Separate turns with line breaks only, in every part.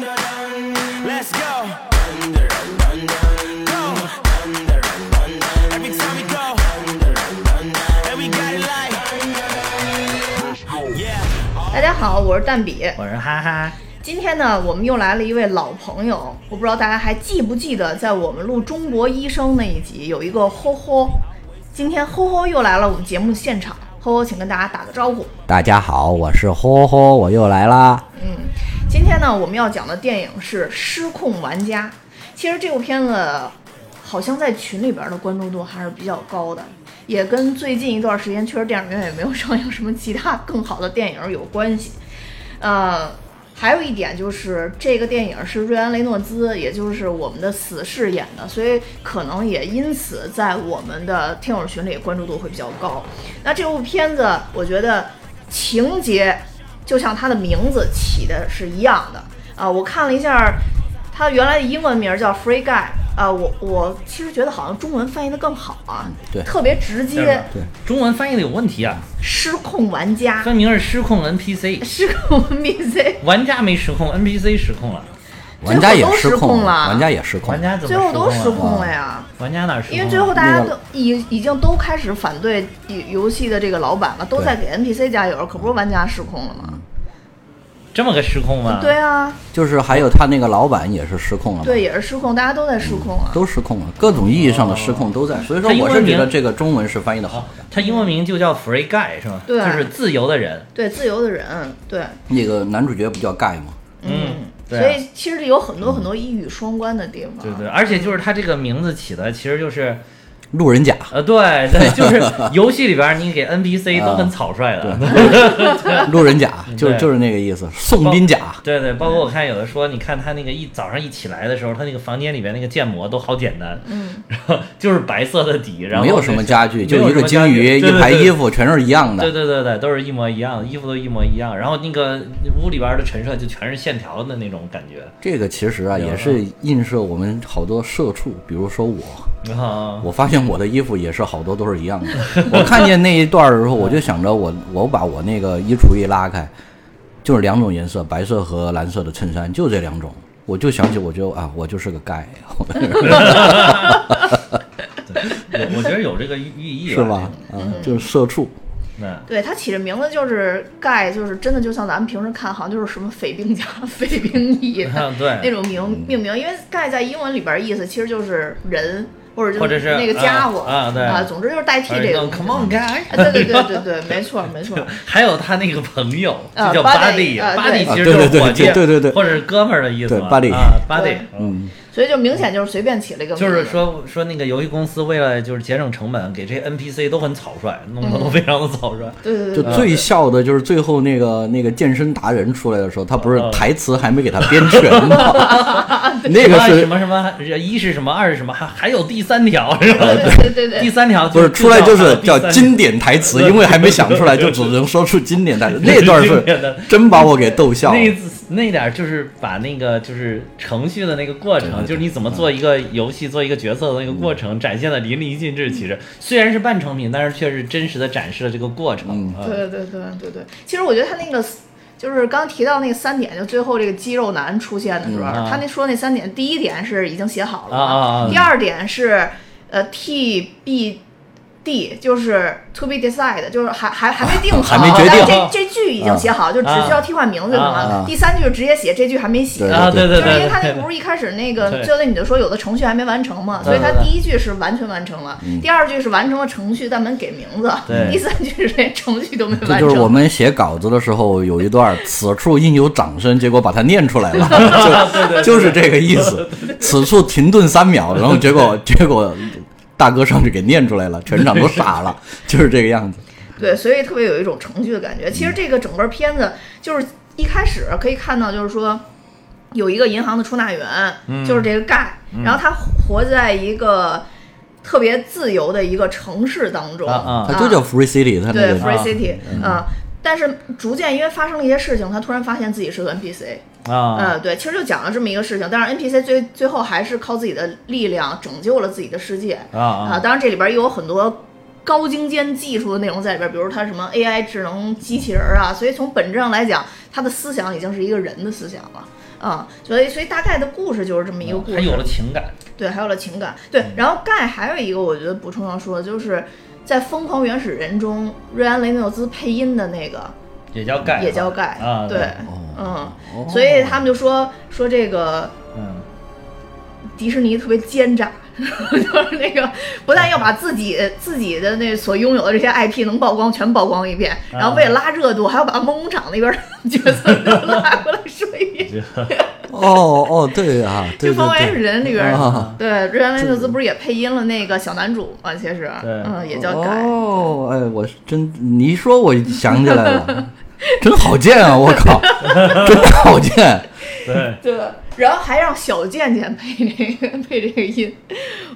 Let's go. Go. Every time we go, and we got it like. Yeah.
大家好，我是蛋比。
我是哈哈，
今天呢，我们又来了一位老朋友，我不知道大家还记不记得，在我们录中国医生那一集有一个吼吼，今天吼吼又来了我们节目现场，吼吼，请跟大家打个招呼。
大家好，我是霍霍，我又来啦。
今天呢，我们要讲的电影是《失控玩家》。其实这部片子好像在群里边的关注度还是比较高的，也跟最近一段时间确实电影院也没有上映什么其他更好的电影有关系。呃，还有一点就是这个电影是瑞安·雷诺兹，也就是我们的死侍演的，所以可能也因此在我们的听友群里关注度会比较高。那这部片子，我觉得情节就像它的名字起的是一样的啊、我看了一下，它原来的英文名叫 Free Guy 啊、我我其实觉得好像中文翻译的更好啊，
对
特别直接，
对，
中文翻译的有问题啊，
失控玩家，
分明是失控 NPC，
失控 NPC。
玩家没失控，NPC 失控了，
玩家也
最后都失控
控
了
玩家也失控
玩。家怎么
最后都失
控
控
了？啊
了呀，
玩家哪失控了？
因为最后大家
那
都
个
已已经都开始反对游游戏的这个老板了，都在给 NPC 加油，可不是玩家失控了吗？
这么个失控吗？
对，啊，
就是还有他那个老板也是失控了嘛，
对，也是失控，大家都在失控啊。
嗯
都失控了，各种意义上的失控都在。所以说，
他英
我
文
是觉得
名
这个中文是翻译的
哦
好的。
他英文名就叫 Free Guy 是吗？
对啊
就是自由的人。
对，自由的人，对，
那个男主角不叫盖吗？
嗯，对啊
所以其实有很多很多一语双关的地方。
对对，而且就是他这个名字起的，其实就是
路人甲，
呃，对 对，就是游戏里边你给
啊
NPC 都很草率的，
路人 甲就
哦对哦
就是那个意思，宋斌甲。
对对，包括我看有的说，你看他那个一早上一起来的时候，他那个房间里面那个建模都好简单，嗯，然后就是白色的底，然后
没有什么家具，
没有
就一
什
个
么
鲸
家具
鱼，
对
一
对
排
对
衣服全是一样
对
的。
对对对，都是一模一样，衣服都一模一样，然后那个屋里边的陈设就全是线条的那种感觉，
这个其实啊，
有
也
的
是映射我们好多社畜，比如说我，
然后
我发现我的衣服也是好多都是一样的。我看见那一段儿的时候，我就想着我我把我那个衣橱一拉开，就是两种颜色，白色和蓝色的衬衫，就这两种。我就想起我就啊，我就是个 gay，
我我觉得有这个寓寓意嗯
是吧？？啊，就是社畜。
那
对他起这名字就是盖，就是真的就像咱们平时看，好像就是什么匪兵家、 匪兵 乙
啊对
那种名命名，因为盖在英文里边意思其实就是人，或者就
或者是
那个家伙
啊啊对
总之就是代替这个东西。
，Come on guy，
啊对对对对对，没错没错，
还有他那个朋友，
啊
就叫
buddy，
buddy，buddy、
啊对
其实就是伙计，
啊对对对对对
或者是哥们儿的意思嘛。
对，buddy
啊，buddy，
对
嗯，
所以就明显就是随便起了一个名字，
就是说说那个游戏公司为了就是节省成本，给这些 NPC 都很草率，弄得
嗯
都非常的草率。
对对对
就
对
最笑的就是最后那个那个健身达人出来的时候，他不是
嗯
台词还没给他编全 吗？那个是
什么什么什么，一是什么，二是什么，还还有第三条是吧？
对对对
第
对，
三条
呃不是出来就是叫经
金
典台词，因为还没想出来，就只能说出经典台词。那 段
经典的
是真把我给逗笑了。
那那点儿就是把那个就是程序的那个过程，就是你怎么做一个游戏、做一个角色的那个过程，展现的淋漓尽致。其实虽然是半成品，但是却是真实的展示了这个过程。啊
对对对对对。其实我觉得他那个就是刚提到那个三点，就最后这个肌肉男出现的时候，
嗯啊
他那说那三点，第一点是已经写好了嘛，
啊啊啊
第二点是呃 T B。D 就是 to be decide，就是还还还没定好，
还没决定
但是这这句已经写
嗯
好，就只需要替换名字就行
啊
啊
了
啊。
第三句直接写这句还没写，
对
啊，对
就
对
是因为
对
他那
对
个
对
不是一开始那个
对
就那女的说有的程序还没完成嘛，所以他
对对对嗯
第一句是完全完成了，第二句是完成了程序但没给名字，
对
第三句是连程序都没
这
完成。
就是我们写稿子的时候有一段“此处应有掌声”，结果把它念出来 了，就就是这个意思。此处停顿三秒，然后结果结果大哥上去给念出来了，全场都傻了，就是这个样子。
对，所以特别有一种程序的感觉。其
嗯
实这个整个片子就是一开始可以看到，就是说有一个银行的出纳员，
嗯
就是这个盖，然后他活在一个特别自由的一个城市当中，
啊啊嗯
他就叫 Free City，他那
对
个
Free City 啊、但是逐渐因为发生了一些事情，他突然发现自己是个 NPC，
啊，
呃，对，其实就讲了这么一个事情，但是 NPC 最最后还是靠自己的力量拯救了自己的世界
啊啊
当然这里边儿又有很多高精尖技术的内容在里边，比如它什么 AI 智能机器人儿啊，所以从本质上来讲，它的思想已经是一个人的思想了啊、所以所以大概的故事就是这么一个故事。
哦还有了嗯情感，
对，还有了情感。对，然后盖还有一个我觉得补充要说的，就是在《疯狂原始人》中，瑞安·雷诺兹配音的那个
也叫盖，
也叫盖，
啊，
对，
哦
嗯，
哦
所以他们就说说这个
嗯，
迪士尼特别奸诈。 就是那个，不但要把自己自己的那所拥有的这些 IP 能曝光全曝光一遍，然后为了拉热度，还要把梦工厂那边的 角色都拉过来说一遍。
哦哦，对啊，对对
就《疯狂原始
对，
人》里边儿，
啊
对，瑞安·雷特兹不是也配音了那个小男主吗？其实，
对
嗯，也叫改。
哦，哎，我是真你一说我想起来了，真好贱啊！我靠，真好贱。
对，
对，然后还让小贱贱配这个 配这个音，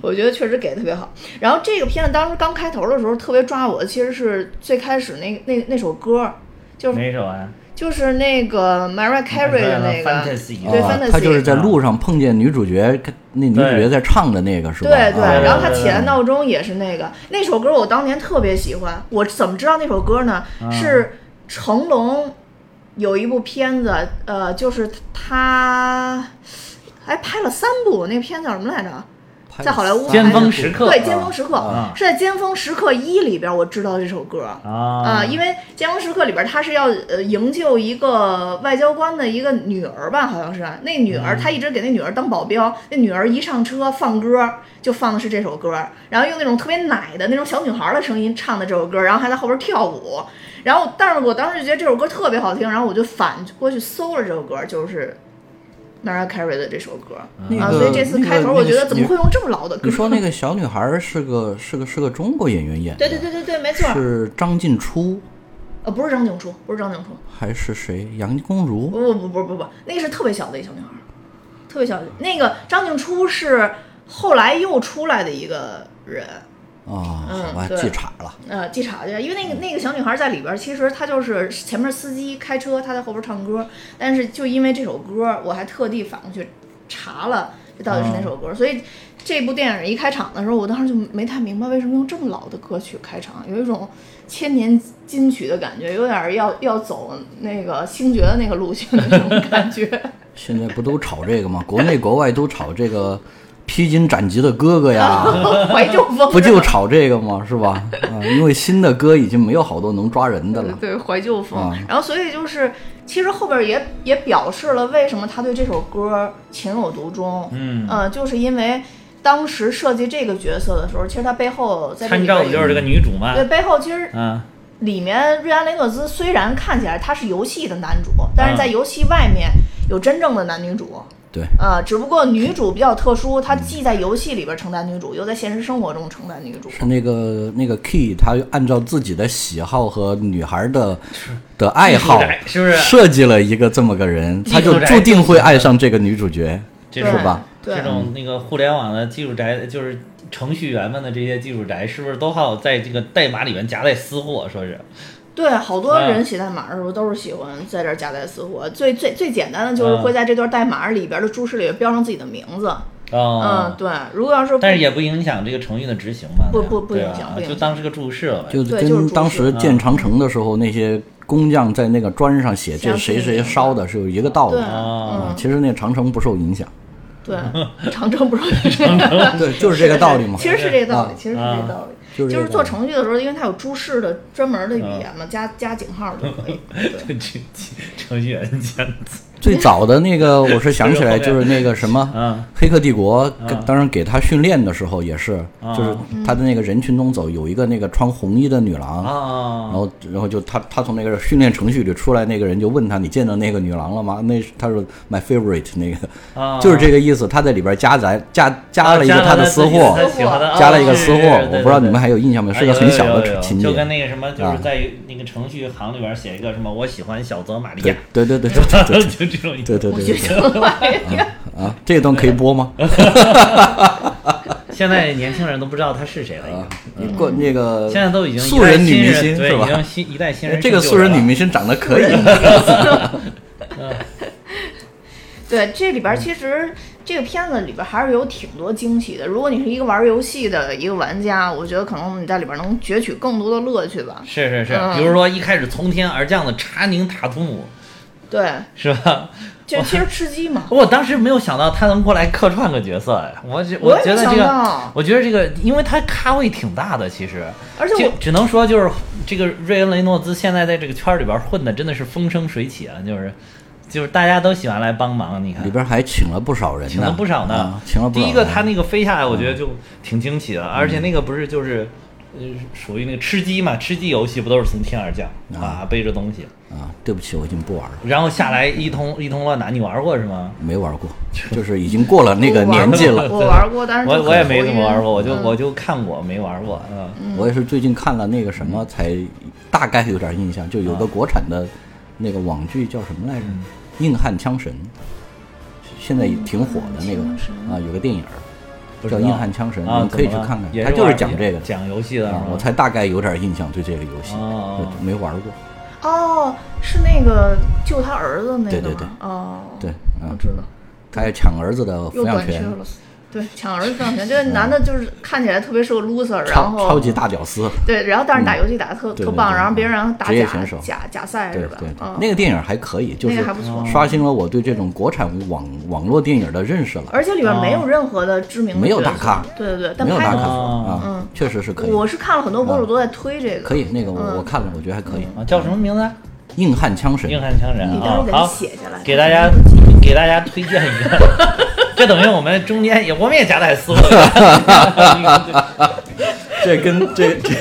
我觉得确实给得特别好。然后这个片子当时刚开头的时候特别抓我的，其实是最开始那那那首歌，就是
哪首啊？
就是那个 Mariah Carey 的那个
Fantasy
对
啊
Fantasy，
他就是在路上碰见女主角，那女主角在唱的那个是吧？
对对，
啊
然后他
对对
起来
对
闹钟也是那个那首歌，我当年特别喜欢。我怎么知道那首歌呢？是成龙有一部片子，呃，就是他还拍了三部，那片子叫什么来着？在好莱坞
尖峰时刻
对，《尖峰时刻》
啊
是在《尖峰时刻一》里边，我知道这首歌。啊、
啊，
因为《尖峰时刻》里边他是要呃营救一个外交官的一个女儿吧，好像是啊那女儿，他一直给那女儿当保镖，那女儿一上车放歌就放的是这首歌，然后用那种特别奶的那种小女孩的声音唱的这首歌，然后还在后边跳舞，然后但是我当时就觉得这首歌特别好听，然后我就反过去搜了这首歌，就是 Mariah Carey 的这首歌、
那
啊，
个
所以这次
那个
开头我觉
那
得
个
怎么
女
会用这么老的歌？
你说那个小女孩是个是个是个中国演员演的，
对对对对对，没错，
是张静初
呃，不是张静初，不是张静初。
还是谁？杨恭如？
不不不不不不，那个是特别小的一小女孩儿，特别小的。那个张静初是后来又出来的一个人，
啊，
嗯
好吧，
对
记岔了。
呃，记岔去了，因为那个那个小女孩在里边儿，其实她就是前面司机开车，她在后边唱歌，但是就因为这首歌，我还特地反过去查了这到底是哪首歌，所以这部电影一开场的时候，我当时就没太明白为什么用这么老的歌曲开场，有一种千年金曲的感觉，有点儿要要走那个星爵的那个路线的那种感觉。
现在不都炒这个吗？国内国外都炒这个披荆斩棘的哥哥 呀，
怀旧风
不就炒这个吗？是吧？啊，因为新的歌已经没有好多能抓人的了。
对怀旧风。
啊
然后所以就是，其实后边也也表示了为什么他对这首歌情有独钟。
嗯
呃，就是因为当时设计这个角色的时候，其实他背后在这
参
里
照
边
的就是这个女主嘛，
对背后其实
嗯，
里面瑞安·雷诺兹虽然看起来他是游戏的男主，
嗯
但是在游戏外面有真正的男女主。
对，
呃，只不过女主比较特殊，她既在游戏里边承担女主，又在现实生活中承担女主。
是那个那个 Key，他按照自己的喜好和女孩的的爱好
艺术宅，是
啊
不是
设计了一个这么个人？他就注定会爱上这个女主角，
这
对
种
是吧？
对
这种那个互联网的技术宅，就是程序员们的这些技术宅，是不是都好在这个代码里面夹带私货？说是，
对，好多
啊
人写代码的时候都是喜欢在这儿夹带私货。最最最简单的就是
啊
会在这段代码里边的注释里标上自己的名字。嗯
哦，，
对。如果要是不
但是也不影响这个程序的执行嘛，
不
对吧
不不
对
影响
啊
不影
就
响
当是个注释了呗。
就
对就是
跟当时建长城的时候那些工匠在那个砖上写这谁谁烧的是有一个道理啊
对，。
哦
嗯，
其实那长城不受影响，
对，长征不容 易。
对， 就是这个道理嘛。
其实是这个道理
啊，
其实是这个道理。
就是这
就
个
是做程序的时候，因为它有注释的专门的语言
嗯
嘛，加加井号就 可以。对
这程序员这样子，
最早的那个，我是想起 来，就是那个什么，
嗯
《黑客帝国》跟当然给他训练的时候也是，就是他的那个人群中走有一个那个穿红衣的女郎，然
啊，
后然后就他他从那个训练程序里出来，那个人就问他你见到那个女郎了吗？那是他说 my favorite 那
啊
个，就是这个意思。他在里边加载加加了一个
他
他的私货，加了一
哦
个私货，我不知道你们还有印象没有？
哎
是个很小的情
就
节
跟。那个什么，就
啊
是在那个程序行里边写一个什么，我喜欢小泽玛利
对
亚，
对对对对对对
就这种意思。
对对
我
对
觉
对对
得
啊！这段可以播吗？
现在年轻人都不知道他是谁了，已经。
你过那个
现在都已经
素人女明星
对，
是吧哎
已？经新一代新人
这个
成就
素人
了
女明星长得可以，
对，这里边儿其实这个片子里边还是有挺多惊喜的。如果你是一个玩游戏的一个玩家，我觉得可能你在里边能攫取更多的乐趣吧。
是是是，
嗯
比如说一开始从天而降的查宁塔图姆，
对，
是吧？
就其实吃鸡嘛，
我当时没有想到他能过来客串个角色呀，我觉我
也
觉
没
得这
想
个
到。
我觉得这个，因为他咖位挺大的，其实，
而且
就
我
只能说就是这个瑞恩·雷诺兹现在在这个圈里边混的真的是风生水起啊，就是就是大家都喜欢来帮忙，你 看
里边还请了不少人呢，
请了不少呢。
啊请了嗯不少
第
人。
一个他那个飞下来，我觉得就挺惊喜的，而且那个不是就是呃属于那个吃鸡嘛，吃鸡游戏不都是从天而降啊，背着东西，
啊，对不起，我已经不玩了，
然后下来一通
嗯
一通乱打，你玩过是吗？
没玩过，就是已经过了那个年纪了。
我玩过，但是
我
就
我也
很
没
头
怎么玩过，
晕
我就
嗯
我就看过，没玩过，嗯。
我也是最近看了那个什么，才大概有点印象，就
啊
有个国产的那个网剧叫什么来着，
嗯
硬汉枪神》，现在也挺火的那个啊，有个电影儿
不知
叫
道
《硬汉枪神》，
啊
你，可以去
怎么了
看看
也，
它就是
玩
讲这个的。
讲游戏的是
啊
吗，
我才大概有点印象，对这个游戏
哦哦哦
对没玩过。
哦，是那个救他儿子那个吗？
对对对
哦，
对，
我
嗯，
知道，
他要抢儿子的
又
抚养
短缺
权，嗯
了。对，抢儿子抚养权，这个男的就是看起来特别是个 loser，然
超
后
超级大屌丝。
对，然后但是打游戏打的特
对
特
对
棒，
对
然后别人让他打
职业
假
选手
假假赛
对
是
对
吧
对？，
嗯，
那个电影还可以，就
那
是
个还不错
刷新了我对这种国产网网络电影的认识了。
而且里边没有任何的知名的
哦没有
角色
大咖
对对对，但
没有
拍
大
的
咖
不
哦
啊，确实是可
错。我
以，嗯
是看了很多博主都在推这个，
可以。那个我
嗯
我看了，我觉得还可以。
啊，叫什么名字？
硬汉枪神
硬汉强人
你待会
啊
儿给，他
好，
写下来，
给大家给大家推荐一个，这等于我们中间也我们也夹带私货，
这跟这这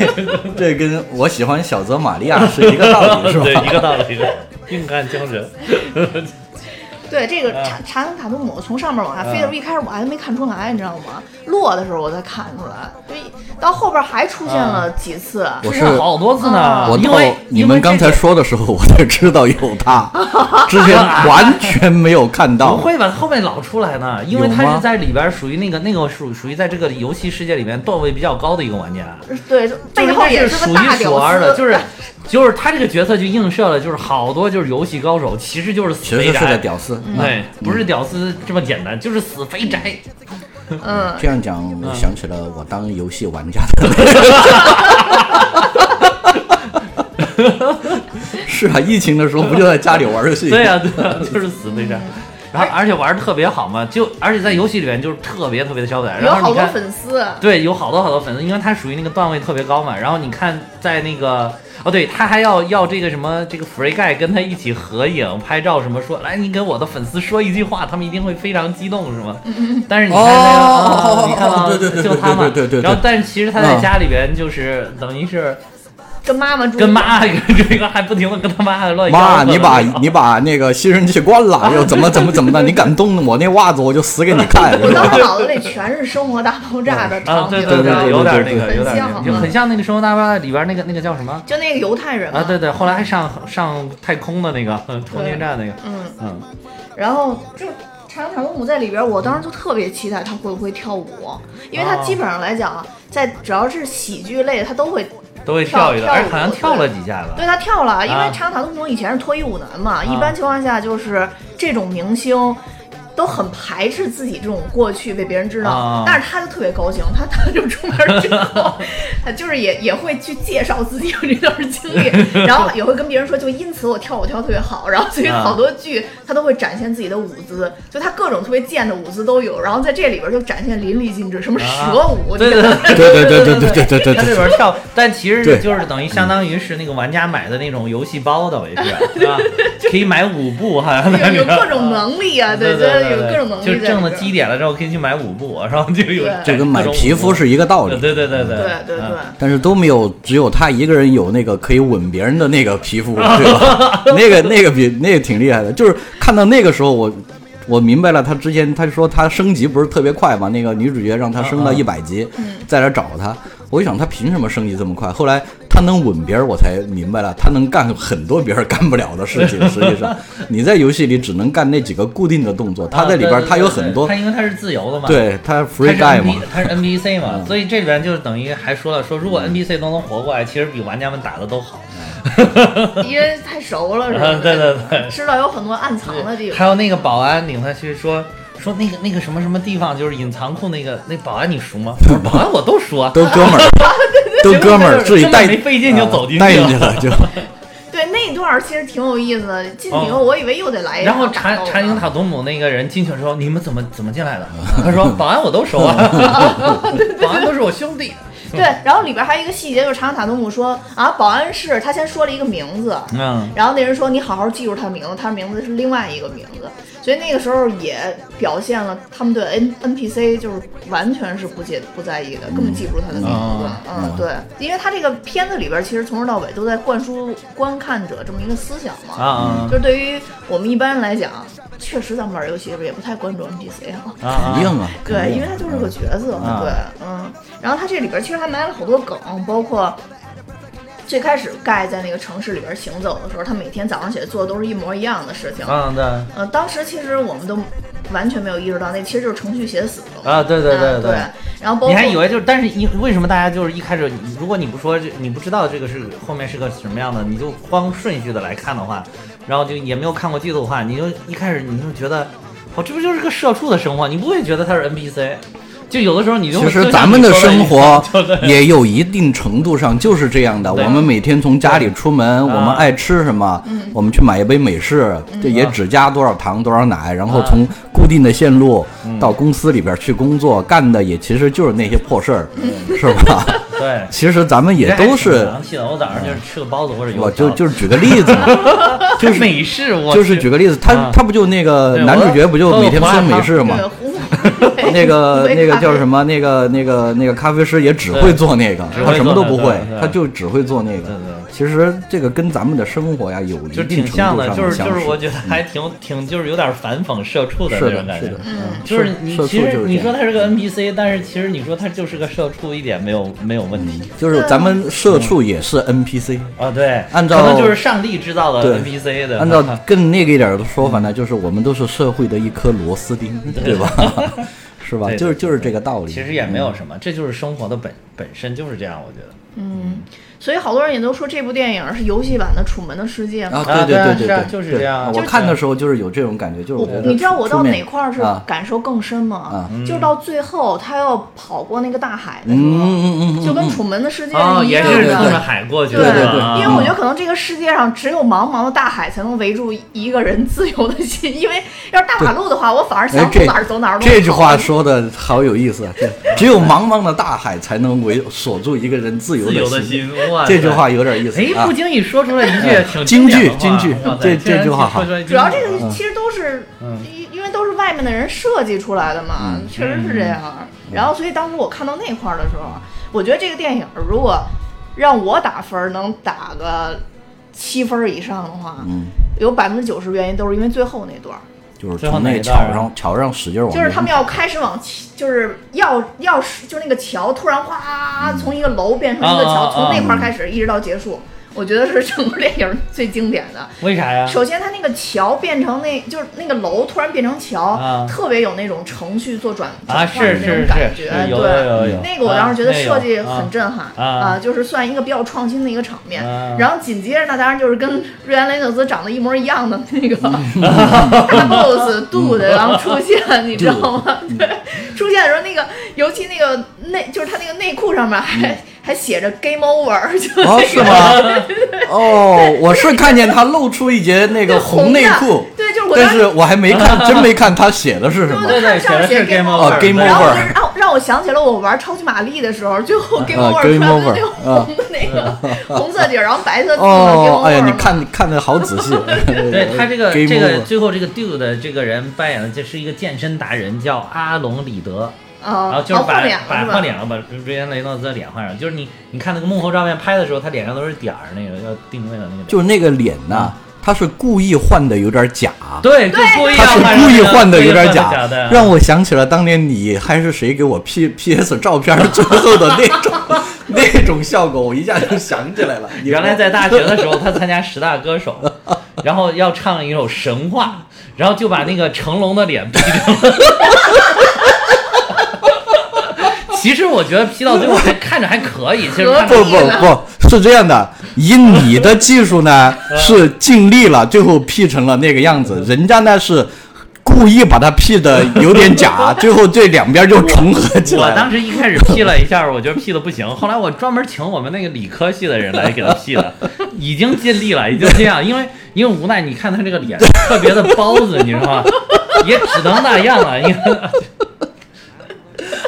这跟我喜欢小泽玛利亚是一个道理，是吧？
对，一个道理，硬汉精神，
对这个
嗯
查查恩塔图姆从上面往下飞的时候，一开始我还没看出来，你知道吗？落的时候我才看出来，就一到后边还出现了
嗯
几次。
我
这
是啊
好多次呢，
我
因
到
为
你们刚才。说的时候，我才知道有 他，之前完全没有看
不
到。
会吧？后面老出来呢，因为
有
他
吗
是在里边属于那个那个属属于在这个游戏世界里面段位比较高的一个玩家，
呃对，
就
背
是
后
他
也
数
个
一
大
数
屌
二
丝，嗯
的，就是就是他这个角色就映射了，就是好多就是游戏高手，其实就是死
其
肥
实
宅，嗯
是个屌丝，啊
对，不是屌丝这么简单，就是死肥宅。
嗯，
这样讲，我想起了我当游戏玩家的。 是啊，疫情的时候不就在家里玩游戏？
对啊呀、 对、呀，就是死肥宅。然后而且玩的特别好嘛，就而且在游戏里面就是特别特别的潇洒。
有
然后
好
你
多
看，
粉丝，
对，有好多好多粉丝，因为他属于那个段位特别高嘛。然后你看在那个。哦，对，他还要要这个什么，这个 Free Guy 跟他一起合影、拍照什么，说来你给我的粉丝说一句话，他们一定会非常激动，是吗？但是你看那个，
哦
啊你看到
对对对
就他嘛
对对对对对
然后，但是其实他在
嗯
家里边就是等于是
跟妈妈住，
跟妈 这个还不停的跟他妈乱
妈，
吆喝
你把
的那种
你把那个吸尘器关了，又怎么怎么怎么的？你敢动我那袜子，我就死给你 看！
我当时脑子里全是《生活大爆炸》的场
啊，
景，
对
你
对
知道吗
对，有点那个，
很
有点那
像
个，就
嗯
很像那个《生活大爆炸》里边那个那个叫什么
就那个犹太人嘛
啊？对对，后来还上上太空的那个空间站那个，
嗯，
嗯，
然后就查理塔图姆在里边，我当时就特别期待他会不会跳舞，因为他
哦
基本上来讲啊，在只要是喜剧类的，他都会。
都会
跳
跳一
跳
段，而
舞
好像跳了几下吧
对。他跳了，因
啊
为查理塔图姆以前是脱衣舞男嘛，一般情况下就是这种明星。都很排斥自己这种过去被别人知道，
啊
但是他就特别高兴，他他就出门之后，他就是也也会去介绍自己有这段经历，然后也会跟别人说，就因此我跳舞跳得特别好，然后所以
啊
好多剧他都会展现自己的舞姿，就他各种特别贱的舞姿都有，然后在这里边就展现淋漓尽致，什么蛇舞，
啊对
你知
对
道吗
对
对
对
对对
对对对对对
他这
对
边跳，但其实
对
就是等于相当于是那个玩家买的那种游戏包的，我也是啊，可以买五部，好像
有
在里
有
边
各种能力啊，
对
对
对，
有各种能力在
就
里边，
是挣了基点了之后可以去买五部，然后就有
对
就跟买皮肤是一个道
对
理。
对对对对
对对对。
嗯
但是都没有，只有他一个人有那个可以吻别人的那个皮 肤，对吧？那个那个比那个挺厉害的，就是看到那个时候我。我明白了，他之前他说他升级不是特别快嘛，那个女主角让他升到
嗯
一百级，在那找他，我就想他凭什么升级这么快？后来他能吻别人，我才明白了，他能干很多别人干不了的事 情。实际上，你在游戏里只能干那几个固定的动作，他在里边
啊
他有很多
对对对，他因为他是自由的嘛，
对他
他是
free guy 嘛嗯
NP，他是 NPC 嘛，所以这里边就等于还说了，说如果 NPC 都能活过来，其实比玩家们打的都好。
因为太熟了，是吧？
啊对对对
知道有很多暗藏的地
还
方。
有那个保安领他去说。说那个那个什么什么地方，就是隐藏库那个那保安你熟 吗？我说保安我都熟，啊
都哥 们儿，都哥们儿，自己
根
带啊
本没费劲就走进
带
去
进
了
去了就。
对那一段儿其实挺有意思的，进去以后我以为又得来一
哦然后
场打斗
查
呢
查宁塔图姆那个人进去说：“你们怎么怎么进来的？” 他说：“保安我都熟 啊，保安都是我兄弟。
对，然后里边还有一个细节，就是查理塔图姆说啊，保安室，他先说了一个名字，”
嗯，
然后那人说你好好记住他名字，他名字是另外一个名字，所以那个时候也表现了他们对 N N P C 就是完全是不介不在意的，根本记不住他的名字。嗯，
哦
对，因为他这个片子里边其实从头到尾都在灌输观看者这么一个思想嘛。
啊啊
就是对于我们一般人来讲，确实咱们玩游戏的时候也不太关注 NPC 啊。
啊
肯定啊，肯
对，
定
因为他就是个角色，
啊
对，嗯。然后他这里边其实还埋了好多梗，包括最开始盖在那个城市里边行走的时候，他每天早上起来做的都是一模一样的事情。
啊，对
呃，当时其实我们都完全没有意识到，那其实就是程序写死的。
啊，对对
嗯
对
对。然后包括
你还以为就是，但是一为什么大家就是一开始，如果你不说这，你不知道这个是后面是个什么样的，你就光顺序的来看的话，然后就也没有看过剧的话，你就一开始你就觉得，哦，这不就是个社畜的生活？你不会觉得 他是 NPC，就有的时候你就会
其实
就像
咱们
你
的
说一
生
样
活
就对
也有一定程度上就是这样的。
对啊
我们每天从家里出门，
对
我们爱吃什么，
嗯
我们去买一杯美式，这也只加多少糖多少奶，然后
嗯啊嗯
从固定的线路到公司里边去工作，干的也其实就是那些破事儿，是吧？
对。
其实咱们也
嗯人还
都
挺
是，
洋气的。我早上就是吃个包子或者油条，
我就就是举个例子嘛，
就是美式，我
就是举个例子，他
啊
他不就那个
对
男主
我
角不就
我
每天
我
吃
爱
美
他
式吗？
对呼
那 个
一杯
那个
咖啡
叫什么？那个那个那个咖啡师也只会做那个
只，会
他什么都不
做
会
那个，对
他就只会做那
对
个。
对，
其实这个跟咱们的生活呀有一
就
定
挺
程度上
像的，就是
相
就
似
是我觉得还挺挺就是有点反讽社畜的
是
那
的
种，感
是
觉
的，。
嗯
就是
社
你
社
其
畜
实
就是
你
这
说
样
他是个 NPC，但是其实你说他就是个社畜，一点没有没有问题
就是咱
嗯
们社畜也是 NPC。
啊。对，
按照
可能就是上帝制造
对
了 NPC 的，嗯
按照更那个一点儿的说法呢，就是我们都是社会的一颗螺丝钉，对 吧？是吧？
对对
就是
对
就是这个道理。
其实也没有什么，这就是生活的本本身就是这样，我觉得。
所以好多人也都说这部电影是游戏版的《楚门的世界》
啊，
嘛。
啊
对
对啊
对对
是啊
对，
就是
对
这样
我
就是
看的时候就是有这种感觉，就是
我
我觉得
你知道我
出
到
面
哪块儿是
啊
感受更深吗
啊？
就是到最后他要跑过那个大海的时
嗯嗯
候，
嗯嗯嗯，
就跟
嗯
《楚门的世界》
哦，
是一
也
样
是
的
冲。着海过去的，啊
对
对
是吧
对
因为我觉得可能这个世界上只有茫茫的大海才能围住一个人自由的心，因为要是大马路的话，我反而
哎
想，走
这
哪儿走哪儿路。
这句话说的好有意思，啊对，只有茫茫的大海才能围锁住一个人自由
自由的
心。
心，哇塞，
这句话有点意思
哎，
啊
不。经意说出来一句挺
京剧
典的话
京剧
哇塞
这
竟
这
然
句话好
说出来京剧
主要这
嗯
个其实都是，因因为都是外面的人设计出来的嘛，
嗯
确实是这样。然后，所以当时我看到那块儿的时候，我觉得这个电影如果让我打分儿能打个七分儿以上的话，
嗯
有百分之九十原因都是因为最后那段儿，
就是
最后
从
哪
那
一
桥
段啊
上桥上使劲往，
就是他们要开始往起，就是要要是就那个桥突然哗从一个楼变成一个
嗯啊啊
桥，
啊
从那块儿开始一直到结束，我觉得是整部电影最经典的。
为啥呀？
首先，它那个桥变成那，就是那个楼突然变成桥，
啊
特别有那种程序做转
啊，
转换的那
是是
种
是
感觉，
是，有有
对。
有有，
那个我当时觉得
啊
设计很，震撼
啊
就是算一个比较创新的一个场面。
啊
然后紧接着呢，当然就是跟瑞安·雷诺兹长得一模一样的那 个大 boss 杜的，然后出现，你知道吗？对，出现的时候那个，尤其那个内，就是他那个内裤上面还、
嗯
还写着 “game over”，就是
哦，是吗？哦，我是看见他露出一截那个红内裤，
对，就是我当
但
时
是我还没 看，真没看他写的是什么
对对，
上面
写的
写
是
game
game
over，
哦，game
对
然后
over
就是让让我想起了我玩超级玛丽的时候，最后 game
啊
over 出
game
来不是
over，啊
那个红的那 个红色底儿，然后白色字嘛 game
哦，
over
哎呀，
嘛
你看看的好仔细。
对他这个
Game
这个
over
最后这个 dude 这个人扮演的这是一个健身达人，叫阿隆里德，
啊，
然后就是
哦
把
换脸
把
了
换
是吧？
脸了，把瑞恩雷诺兹的脸换上，就是你你看那个幕后照片拍的时候，他脸上都是点儿，那个要定位的那个点儿，
就是那个脸呐，他是故意换的有点假，
嗯对，就故意
他是
要
故意换的有点
假
假
的，，
让我想起了当年你还是谁给我 P P S 照片最后的那 种那种效果，我一下就想起来了。你
原来在大学的时候，他参加十大歌手，然后要唱一首《神话》，然后就把那个成龙的脸 P 成了。其实我觉得 P 到最后还看着还可以，其实看着
不
何
不不是这样的，以你
嗯
的技术呢是尽力了，最后 P 成了那个样子，人家呢是。故意把它 P 的有点 假，最后这两边就重合起
我
来了。
当时一开始 P 了一下，我觉得 P 的不行。后来我专门请我们那个理科系的人来给他 P 的，已经尽力了，已经这样，因为因为无奈，你看他这个脸特别的包子，你知道吗？也只能那样了，因为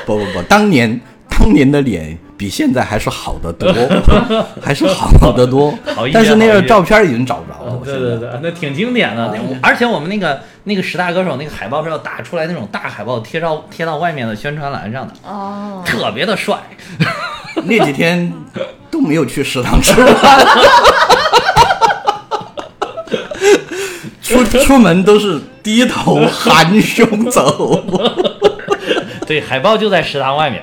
不不不，当年当年的脸比现在还是好得 多，还是好得多
好一点。
但是那
好一
个
点
照片已经找不着了。我
对
现在
对对，那挺经典的。
哦
而且我们那个那个十大歌手那个海报是要打出来那种大海报，贴到贴到外面的宣传栏上的，
哦，
特别的帅。
那几天都没有去食堂吃饭。 出出门都是低头含胸走，
对，海报就在食堂 外面。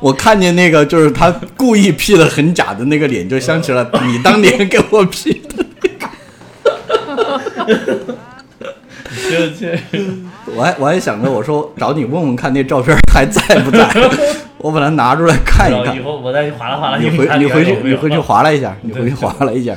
我看见那个就是他故意 P 的很假的那个脸，就想起 了你当年给我 P 的。
就就
我还我还想着我说找你问问看那照片还在不在，我把它拿出来看一
然后以
看。
后我再划拉划拉
你
给
回
看
你
里边
回去
有没
你
有
回去划拉一下，你回去划拉一下。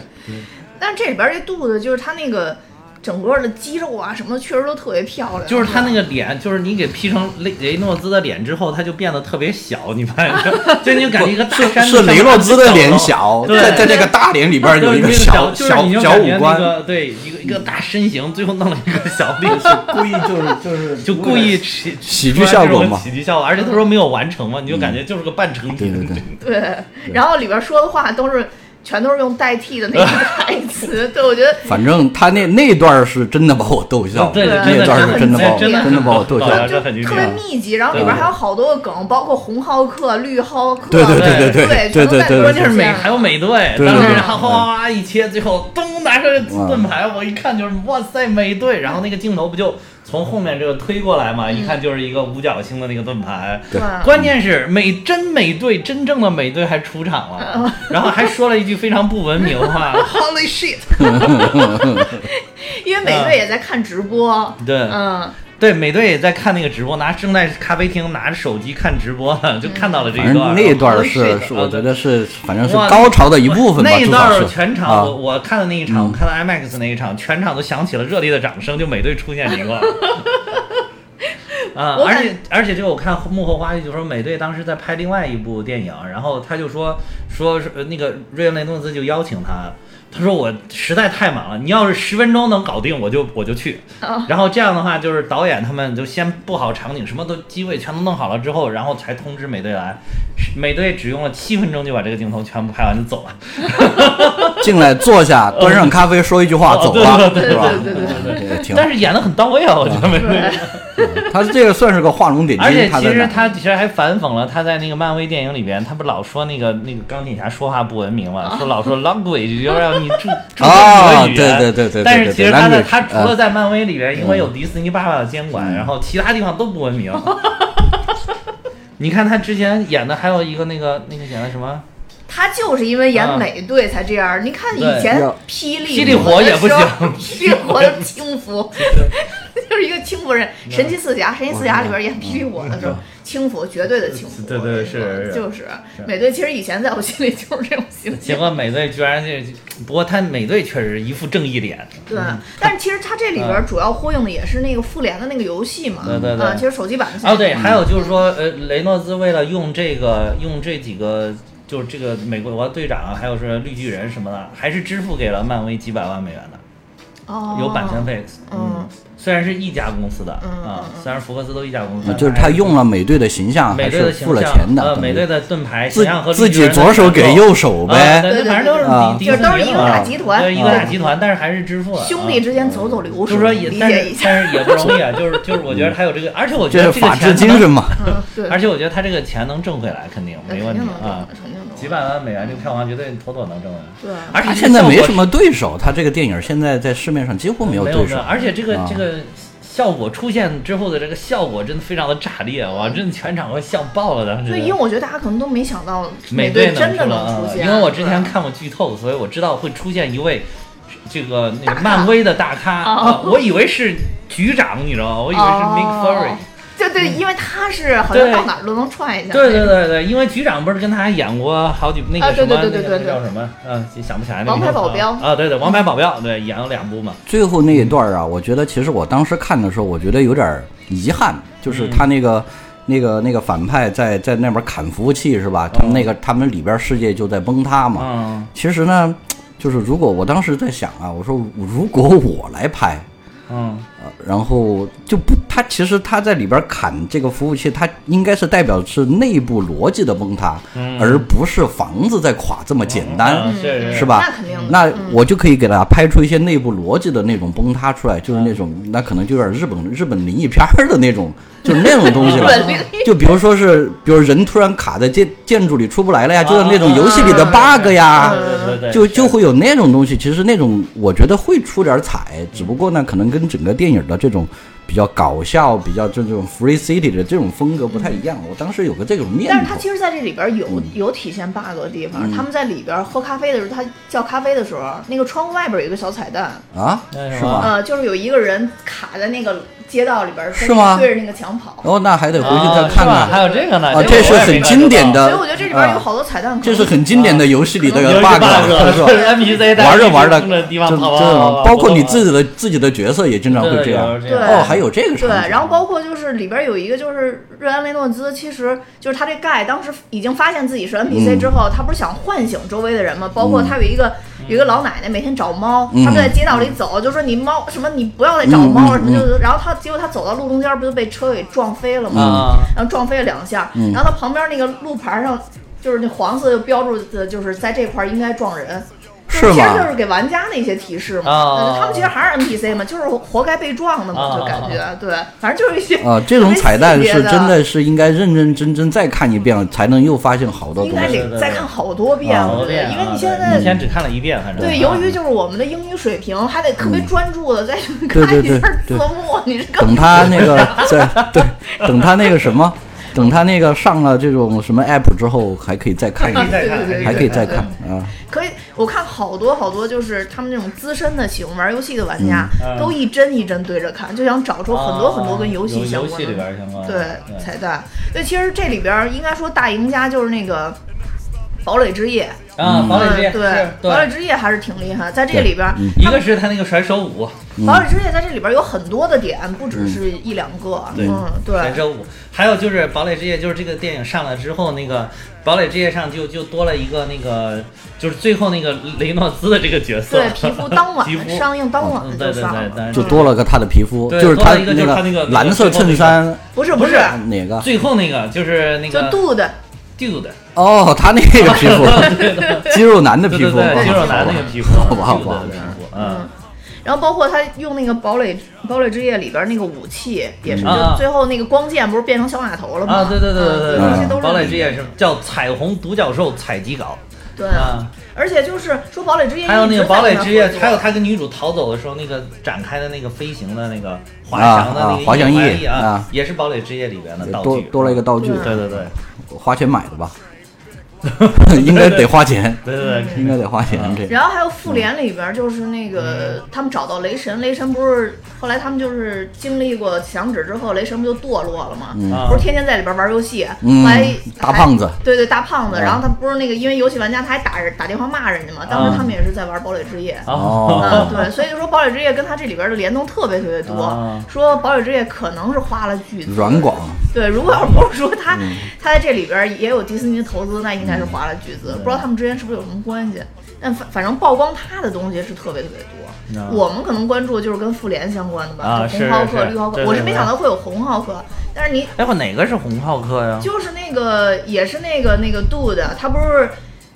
但这里边这肚子就是他那个整个的肌肉啊什么的，确实都特别漂亮。
就是他那个脸，就是你给 P 成雷雷诺兹的脸之后，他就变得特别小，你发现没有？ 就你就感觉一个大山
是雷诺兹的脸小，
对
在在这个大脸里边
就
有
是
一个
小，
小
就是
小
你就
小
感觉
五
那
官，
个对一个一个大身形，最后弄了一个 小脸，
故意就是就是
就 故意喜
喜剧效果嘛嗯
喜剧效果。而且他说没有完成嘛，你就感觉就是个半成
对
品。
对对，
对，然后里边说的话都是全都是用代替的 那个台词，对我觉得
反正他那那段儿是真的把我逗笑了，
对
对
那
对
段儿
对
是真的把我
真的
真的把我逗笑
对
了
啊。
就
这很经
特别
典
密集，然后里边还有好多个梗，包括红浩克、绿浩克，
对对
对
对
对对
全都
对对
在里边
关键是美
出现了
还有美队，
对
当时
对
然后哗哗哗一切，最后噔拿出来盾牌，我一看就是哇塞美队，然后那个镜头不就从后面这个推过来嘛，一看就是一个五角星的那个盾牌。
对
对
关键是美真美队，真正的美队还出场了， 然后还说了一句非常不文明的话，Holy shit！
因为美队也在看直播，
对
嗯，
对，美队也在看那个直播，拿正在咖啡厅拿着手机看直播呢，就看到了这一
反正
段。
那段儿
Holy
是
shit，
是我
啊
觉得是反正是
哇
高潮 的一部分吧，
那
至
段
少
儿
是
全场，
啊嗯
我，我看的那一场，我看到 IMAX 那一场，全场都响起了热烈的掌声，就美队出现这一 段。啊、
我
而
感
且而且这个我看幕后花絮，就说美队当时在拍另外一部电影，然后他就说说是呃那个瑞恩雷诺兹就邀请他，他说我实在太忙了，你要是十分钟能搞定，我就我就去。
哦
然后这样的话，就是导演他们就先布好场景，什么都机位全都弄好了之后，然后才通知美队来。美队只用了七分钟就把这个镜头全部拍完就走了。
进来坐 下，
嗯
端上咖啡，说一句话
哦
走了，是吧？
对对
对对，挺好
但。是演的很到位啊，我觉得美队。
他这个算是个画龙点
而且
睛，他
其
在
实
哪？
他其实还反讽了他在那个漫威电影里边，他不老说那个那个钢铁侠说话不文明嘛，说老说 language 就让你 注注重
啊
你的语言。
对对对对对
但是其实他在
language，
他除了
呃
在漫威里边，因为有
嗯
迪士尼爸爸的监管，然后其他地方都不文 明。你看他之前演的还有一个那个那个演的什么
他就是因为
啊
演美队才这样。你看以前霹雳
霹雳火也不行
霹雳火就是轻 浮，就是一个轻浮人。
嗯
神奇四侠，神奇四侠里边演霹雳火的时候，轻浮绝对的轻浮，
对对对是
嗯
是
就是美队。其实以前在我心里就是这种形
结
象。
果美队居然就，不过他美队确实一副正义脸，
对，但是其实他这里边主要呼应的也是那个复联的那个游戏嘛，
嗯对对对
啊，其实手机版的
哦，对，还有就是说，呃，雷诺兹为了用这个，用这几个，就是这个美国队长啊，还有是绿巨人什么的，还是支付给了漫威几百万美元的，
哦
有版权，费。
嗯，
虽然是一家公司的啊，虽然福克斯都一家公司，
嗯啊就是他用了美队的形象，还
美队的
是
形
付了
象
钱的
呃，，
等于
美队的盾牌
自
形象和
自
绿巨人
己
的
左手给
战斗
右手
啊
呗。
对，
对
反
对
正都是
啊
迪
就是都是
迪士尼
一个
嘛
大集团
对，一个大
啊
集团，但是还是支付了
兄
啊
弟之间走走流
就
水，
是说也，
理
但
解
是
一下，
但是也不容易啊，就是就是，我觉得他有这个，而且我觉
这
得
是
这个
法
钱
治精
能
神嘛？
嗯，对，
而且我觉得他这个钱能挣回来，肯定没问题啊，
肯定能
几百万美元这个票房绝对妥妥能挣回来。
对啊
而且
他
这个
现在没
效果
什么对手，他这个电影现在在市面上几乎没
没
有
有
对手
的。而且这个
啊
这个效果出现之后的这个效果真的非常的炸裂，哇，真的全场快笑爆了，当
嗯
时
对，因为。我觉得大家可能都没想到
美
队
能
真的
出
能
啊
出现，
因为我之前
对
看过剧透，所以我知道会出现一位 这个呃那个漫威的大咖，啊我以为是局长，你知道吗？我以为是 Nick
哦
Fury，
对对，因为他是好像
对
到哪儿都能串一下。
对对对对，因为局长不是跟他演过好几那
啊
个
对
什么、
对对对
那个
对对
叫什么？嗯、想不起来那个
王牌
名字
保镖
啊，对对，王牌保镖，对，演了两部嘛。
最后那一段儿啊，我觉得其实我当时看的时候，我觉得有点儿遗憾，就是
嗯
他那个、那个、那个反派在在那边砍服务器是吧？他们那个、他们里边世界就在崩塌嘛。
嗯，
其实呢，就是如果我当时在想啊，我说如果我来拍，
嗯，
呃然后就不，他其实他在里边砍这个服务器，他应该是代表是内部逻辑的崩塌，而不是房子在垮这么简单。
嗯是是
是吧？
那肯定的
那
嗯
我就可以给他拍出一些内部逻辑的那种崩塌出来，就是那种那可能就有点日本日本灵异片儿的那 种，就是那种东西
日
了
本灵。
就比如说是，比如人突然卡在建建筑里出不来了呀，就是那种
啊
游戏里的 bug
嗯
呀，
对对对对，
就就会有那种东西。其实那种我觉得会出点彩，只不过呢，可能跟整个电影的这种比较搞笑、比较这种 free city 的这种风格不太一样。我当时有个这种念头。
但是他其实在这里边有、
嗯
有体现 bug 的地方，他们在里边喝咖啡的时候，他叫咖啡的时候，那个窗户外边有一个小彩蛋，
啊，
那
是
什么
吗？
呃，就是有一个人卡在那个街道里边，
是
跟那个
吗
对着那个墙跑。
哦，那还得回去
啊
再看
是吧
看。
还有这个呢，
啊，
这
这
个
是
我也没
很
看
经典
所
到。
以
的
我觉得这里边有
啊
好多彩蛋可能，
这是很经典的游戏里的
啊有一个
bug，是吧？
bug，NPC 在
玩着玩着，
盯着地
这
方跑
这
跑，
包括你自
己
己的自己的角色也经常会这样。
对
哦，还有这个场景
对，然后包括就是里边有一个就是瑞安雷诺兹，其实就是他这盖当时已经发现自己
嗯
是 NPC 之后，他不是想唤醒周围的人吗？包括他有一个、有一个老奶奶每天找猫，
嗯
他们在街道里走，就说你猫什么你不要再找
嗯
猫什
嗯嗯
么，就然后他结果他走到路中间不就被车给撞飞了吗？
啊，
然后撞飞了两下，然后他旁边那个路牌上就是那黄色就标注的就是在这块儿应该撞人。
是
就其
吗
实就是给玩家的一些提示嘛，
哦
他们其实还是 NPC 嘛，就是活该被撞的嘛，
哦
就感觉、对，反正就是一些
啊，这种彩蛋是真
的，
的是应该认认真真再看一遍，才能又发现好多
应
东
该
西。
得再看好多遍，
啊
我觉得，因为你现在
以前只看了一遍，反正
对，由于就是我们的英语水平还得特别专注的在
对
看一
对
下字
对
幕，你这
等
更
他那个在对，等他那个什么，等他那个上了这种什么 app 之后，还可以再看一
还可以
遍，
再看
对对对
还可以再
对
看啊。
可以，我看好多好多，就是他们那种资深的喜欢玩游戏的玩家，
嗯啊
都一帧一帧对着看，就想找出很多很多跟游戏相
游
关
戏
的。
里边相关
对彩蛋，对，其实这里边儿应该说大赢家就是那个堡垒之夜，
啊，堡
嗯
垒之夜，
对
是，
堡垒之夜还是挺厉害，在这里边儿，
一个是他那个甩手舞，
堡垒之夜在这里边儿有很多的点，不只是一两个，
对
嗯，
全
对，
身舞，还有就是《堡垒之夜》，就是这个电影上了之后，那个《堡垒之夜》上就就多了一个那个，就是最后那个雷诺兹的这个角色，
对，皮肤当
皮
晚
肤
上映当晚
嗯对
就
对
放
对
了，
对
就多了个他的皮肤，
对
就是
多
他
了一个就是他那个
蓝色衬衫
不是不是，
哪个？
最后那个就是那
就
个
杜的，
dude，
哦，他那个皮肤，肌肉男的
对
皮
对
肤，啊
对，肌肉
好
男
吧
那个皮肤，
好吧好吧
dude
好吧
的皮肤，嗯
嗯，然后包括他用那个堡垒堡垒之夜里边那个武器也是，
啊
就最后那个光剑不是变成小马头了吗？
啊，对对对
嗯
对
这些
对
都是
对，堡垒之夜是叫彩虹独角兽采集稿，
对
啊，
而且就是说堡垒之夜，
还有那个堡垒之夜，还有
他
他跟女主逃走的时候那个展开的那个飞行的那个滑翔的那
啊
个
滑翔翼
翼
啊
也是堡垒之夜里边的道
多
具，啊
多了一个道具，
对对对
花钱买的 吧，应该得花钱，
对对对，
应该得花钱这个。
然后还有复联里边就是那个他们找到雷神，雷神不是后来他们就是经历过响指之后，雷神不就堕落了吗？
啊
不是天天在里边玩游戏，
嗯
后来
大胖子
还对对大胖子，
啊
然后他不是那个因为游戏玩家，他还打人打电话骂人家嘛。
嗯
当时他们也是在玩堡垒之夜，
啊
哦
嗯，对，所以就说《堡垒之夜》跟它这里边的联动特别特别多。
啊
说《堡垒之夜》可能是花了巨资，
软广，
对，如果要不是说
嗯
它它在这里边也有迪士尼投资，那应该是花了巨
嗯
资。不知道他们之间是不是有什么关系？但反反正曝光它的东西是特别特别多。
啊
我们可能关注就是跟复联相关的吧，
啊
就红浩
是
克、
是
绿浩克
对。对
我是没
对
想到会有红浩克，但是你
哎，我哪个是红浩克呀？
就是那个也是那个那个 dude，他不是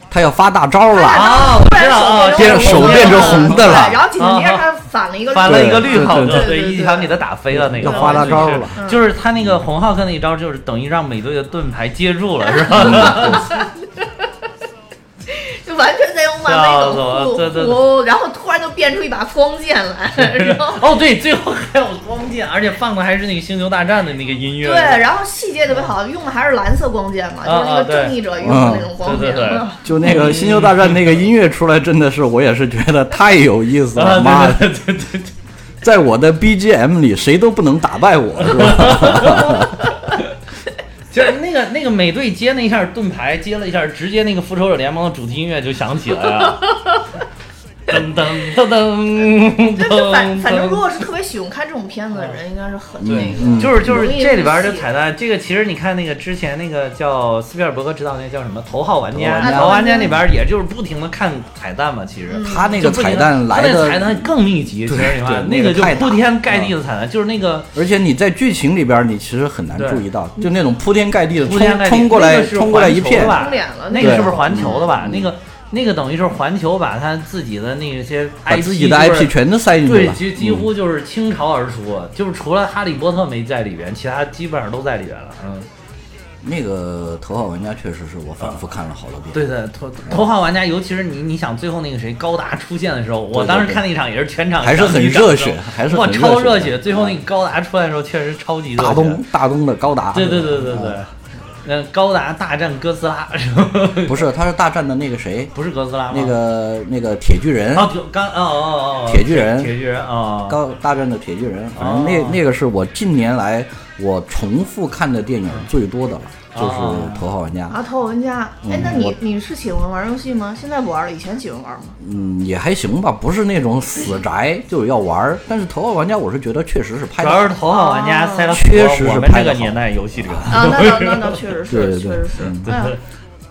他要发大招了，
啊，我知道啊，
突然
手变成红的了
对然后紧接着
啊
他反了一个
翻了一个绿浩
对
克，
对对嗯对
一枪给他打飞了那个，
要发大招了
是就是他那个红浩克那一招，就是等于让美队的盾牌接住了，是吧？
嗯就完全在用漫威
笑死我了
的护
对对
护，然后突然就变出一把光剑 来，然后。
哦，对，最后还有光剑，而且放的还是那个星球大战的那个音乐，
对，然后细节特别好，用的还是蓝色光剑嘛，就是那
啊
个
对
正义者用的那种光剑
嗯对对对。
就那 个《星球大战》那个音乐出来，真的是我也是觉得太有意思了，妈
啊，
的，
对对对对对，
在我的 BGM 里谁都不能打败我，是吧？
就是那个那个美队接那一下盾牌，接了一下，直接那个复仇者联盟的主题音乐就响起了呀。噔噔噔噔
对，就反
噔
反正如
噔。
果是特别喜欢看这种片子的人，应该是很
对
那个，
就是就是这里边的
容易入戏
彩蛋，这个其实你看那个之前那个叫斯皮尔伯格执导那叫什么《头号玩家》，
头号玩家
《头号玩家》里边也就是不停的看彩蛋嘛，其实。
他那个彩蛋来
他那个彩
的，
蛋更密集，其
对
实你
对
看
那
那
个
个就
太大嗯
铺天盖地的彩蛋，就是那个
而且你在剧情里边，你其实很难
对
注意到，就那种铺天盖地的冲
铺天盖地
冲过
那
来，
个是
冲过来
环
一
球啊
片
吧，
冲脸了那
那
个
个是不是
对嗯
环球的吧？那个那个等于是环球把他自己的那些
把
IP
自己的
就是
IP 全都塞进去
对，
了。嗯
几几乎就是倾巢而出，啊就是除了哈利波特没在里边，其他基本上都在里边了。嗯，
那个头号玩家确实是我反复看了好多遍。
对对，头头号玩家，尤其是你你想最后那个谁高达出现的时候，我
对
当时
对
看那一场也是全场
还是很
一掌
热血
掌
还是
哇
很
超
热血的
热血。最后那个高达出来的时候，确实超级热
大
血。
东大东的高达，
对对对对对，嗯，高达大战哥斯拉是吧？
不是，他是大战的那个谁，
不是哥斯拉吗？
那个那个铁巨人，
哦，就刚哦哦哦，
嗯铁巨人
铁巨人啊，
高大战的铁巨人，反正那
哦
那个是我近年来我重复看的电影最多的了，就是
哦
《头号玩家》。
啊，头号玩家，哎
嗯，
那
我
你你是喜欢玩游戏吗？现在不玩了，以前喜欢玩吗？
嗯，也还行吧，不是那种死宅就是要玩儿。但是《头号玩家》我是觉得确实是拍
主要
的，
是头号玩家塞了很多
确实是
我们
拍
这
得
个
好
年代游戏 里边。
啊，那 倒那倒确实
对对
是，
对
确实是。哎呀，
嗯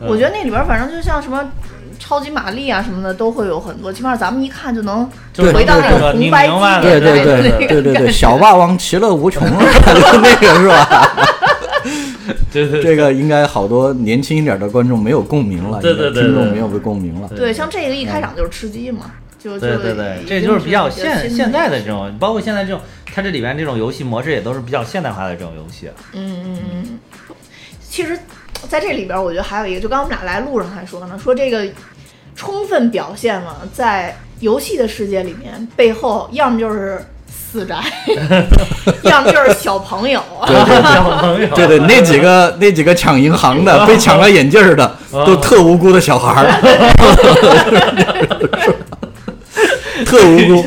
我觉得那里边反正就像什么超级玛丽啊什么的，都会有很多，起码咱们一看就能
就是
回到那
那
个
个
红
你
白
明白
机
了
对
年代
对对
的那
对
个
对对
感
对，
觉
小霸王其乐无穷 啊，那个是吧？
对对
这个应该好多年轻一点的观众没有共鸣了，
对对对
听众
对
没有共鸣了。
对，像这个一开场就是吃鸡嘛，就
对对对，这就是比较现现在的这，种，包括现在这种，它这里边这种游戏模式也都是比较现代化的这种游 戏。
已经是嗯嗯嗯嗯。其实，在这里边，我觉得还有一个，就刚刚我们俩来路上还说呢，说这个充分表现了在游戏的世界里面，背后要么就是死 宅，要么就是小朋友。
对对对
小朋友，
对对，那几个那几个抢银行的、被抢了眼镜 儿的，
啊
都特无辜的小孩儿， 特无辜。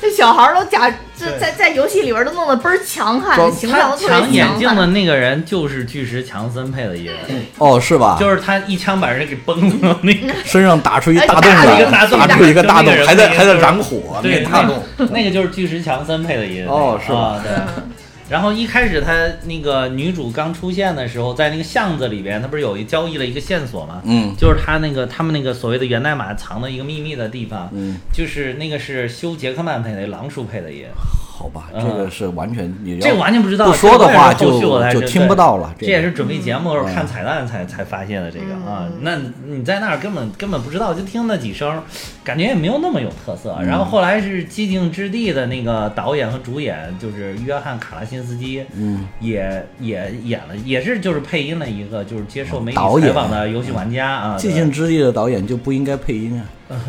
这小孩儿都假，这在在游戏里边都弄得倍儿强悍，
装
形象
他
都特
抢
别
眼
强
镜
悍。
的那个人就是巨石强森配的艺人，
哦，是吧？
就是他一枪把人给崩了那个。
身上打出一大洞
哎打了一个
来，
大洞
打出一个大洞
就那个，人
还在
那个
还在燃火，啊
对，
那大洞。
那 那个就是巨石强森配的音
哦是吧
啊对。 然后一开始他那个女主刚出现的时候，在那个巷子里边，他不是有一交易了一个线索吗？
嗯
就是他那个他们那个所谓的源代码藏的一个秘密的地方，
嗯，
就是那个是修杰克曼配的，狼叔配的音，
好吧，
嗯
这个是完全你
这个完全不知道。
不说的话
这个后续我才
就
知
就听不到了
这
这个
也是准备节目的时候
嗯
看彩蛋才才发现的这个啊。那你在那儿根本根本不知道，就听那几声，感觉也没有那么有特
嗯
色。然后后来是《寂静之地》的那个导演和主演就是约翰卡拉辛斯基，
嗯，
也也演了，也是就是配音的一个就是接受媒
嗯
体
导演
采访的游戏玩家啊。
寂静之地的导演就不应该配音啊。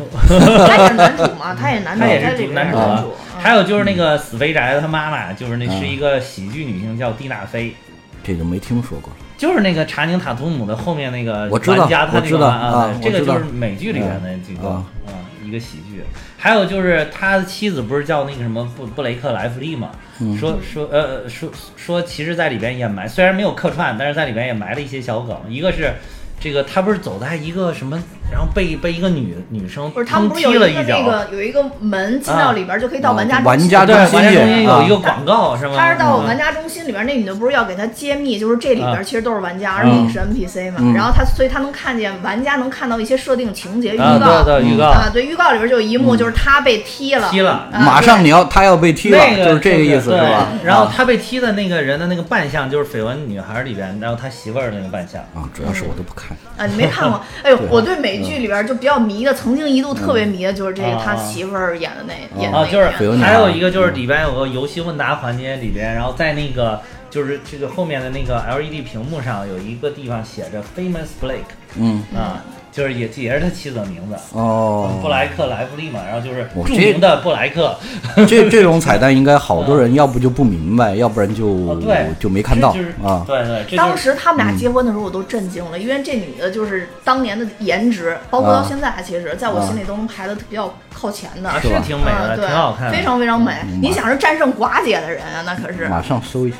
他也是男主 嘛，他也是男主，
他也
在
是
里
主
边
男
是
主
男
啊
主。嗯
还有就是那个死肥宅的他妈妈，就是那
嗯
是一个喜剧女星，叫蒂娜菲。
这就没听说过，
就是那个查宁塔图姆的后面那个
我知道
玩家，他
我
那
知
个
道
嘛啊
啊，
对这
我
个
知道
就是美剧里面的这个
嗯啊
啊一个喜剧。还有就是他的妻子不是叫那个什么布布雷克莱弗利嘛，
嗯
说说呃说说其实在里边也埋，虽然没有客串，但是在里边也埋了一些小梗。一个是这个他不是走在一个什么，然后被被一个女女生
不是他们不是有
踢了
一
一
个
脚，
那个有一个门进到里边就可以到玩家
啊
中
玩
心
家
对，
中
玩家
心
中间有
啊
一个广告是吗？
他是到
嗯
玩家中心里边，那女的不是要给他揭秘，就是这里边
啊
其实都是玩家，而你是 NPC 嘛
嗯。
然后他，所以他能看见玩家能看到一些设定情节预
啊，对
告
对，预告。嗯
啊，对，预告里边就有一幕就是他被踢了，
踢了
啊
马上你要他要被踢了，
那个
就是这个意思是
对
吧？
然后
啊
他被踢的那个人的那个扮相就是《绯闻女孩》里边，然后他媳妇儿的那个扮相。
啊，主要是我都不看，
啊，你没看过？ 哎呦，我对美
嗯
剧里边就比较迷的，曾经一度特别迷的就是这个
啊
他媳妇儿演的
哦
那演的
啊，
那
就是
个片子
绯闻女孩嗯
还有一个就是里边有个游戏问答环节里边，然后在那个就是这个后面的那个 LED 屏幕上有一个地方写着 Famous Blake
嗯，
啊，就是也也是他妻子的名字。布
哦，
莱克莱弗利嘛，然后就是
我
著
这
名的布莱克，
这这种彩蛋应该好多人要不就不明白，要不然就
哦对
就没看到
这就是
啊。
对对，这就
当
是
时他们
嗯
俩结婚的时候，我都震惊了，因为这女的就是当年的颜值，包
啊
括到现在，啊其实在我心里都能排的比较靠前的
啊。是
吧
挺美的，
嗯对，
挺好看的，
非常非常美。
嗯
你想是战胜寡姐的人啊，那可是
马上搜一下，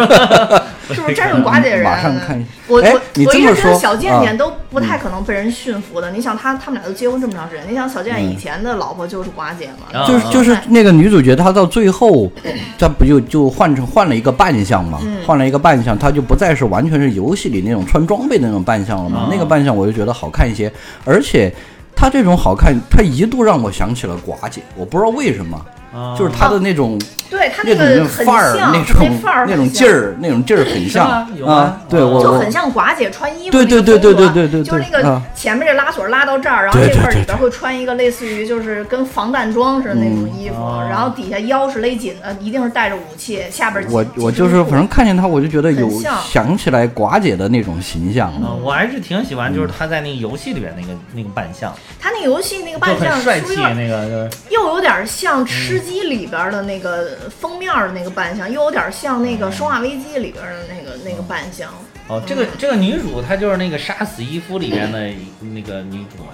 是不是
啊
真是寡姐人？啊
马上看一下
我
哎
我
你
我
这
一
么
直觉得
说
小贱
啊
贱都不太可能被人驯服的。你想他他们俩都结婚这么长时间，你想小
嗯
贱以前的老婆就是寡姐嘛，
啊
就是就是那个女主角，她到最后，她不就就换成换了一个扮相嘛，
嗯
换了一个扮相，她就不再是完全是游戏里那种穿装备的那种扮相了嘛。
嗯
那个扮相我就觉得好看一些，而且她这种好看，她一度让我想起了寡姐，我不知道为什么，
啊
就是她的那种、
对他
那
哦那
种
个很
范儿，
像
那种
范儿很
种
像
劲。儿，那种劲儿很像
是吗有
啊
啊。
对我
就
我
很像寡姐穿衣服
对
那个
对对
风格
对对对对
就是那
对
个
啊
前面这拉锁拉到这儿，然后
对
这
对
块儿
对
里边会穿一个类似于就是跟防弹装似的那种衣服
啊
嗯哦，
然后底下腰是勒紧的，一定是带着武器，下边儿
我
系
我
系着
就是
裤
反正看见她我就觉得有
很像
想起来寡姐的那种形象了。
嗯我还是挺喜欢，就是他在那个游戏里边那个那个扮相，
他那个游戏那个
就
扮相
很帅
是不是
气
有点
那个，呃嗯就是
又有点像《吃鸡》里边的那个封面的那个扮相，又有点像那
嗯
个《生化危机》里边的那个那个扮相。
哦，这个这个女主她就是那个杀死伊夫里边的那个女主嘛，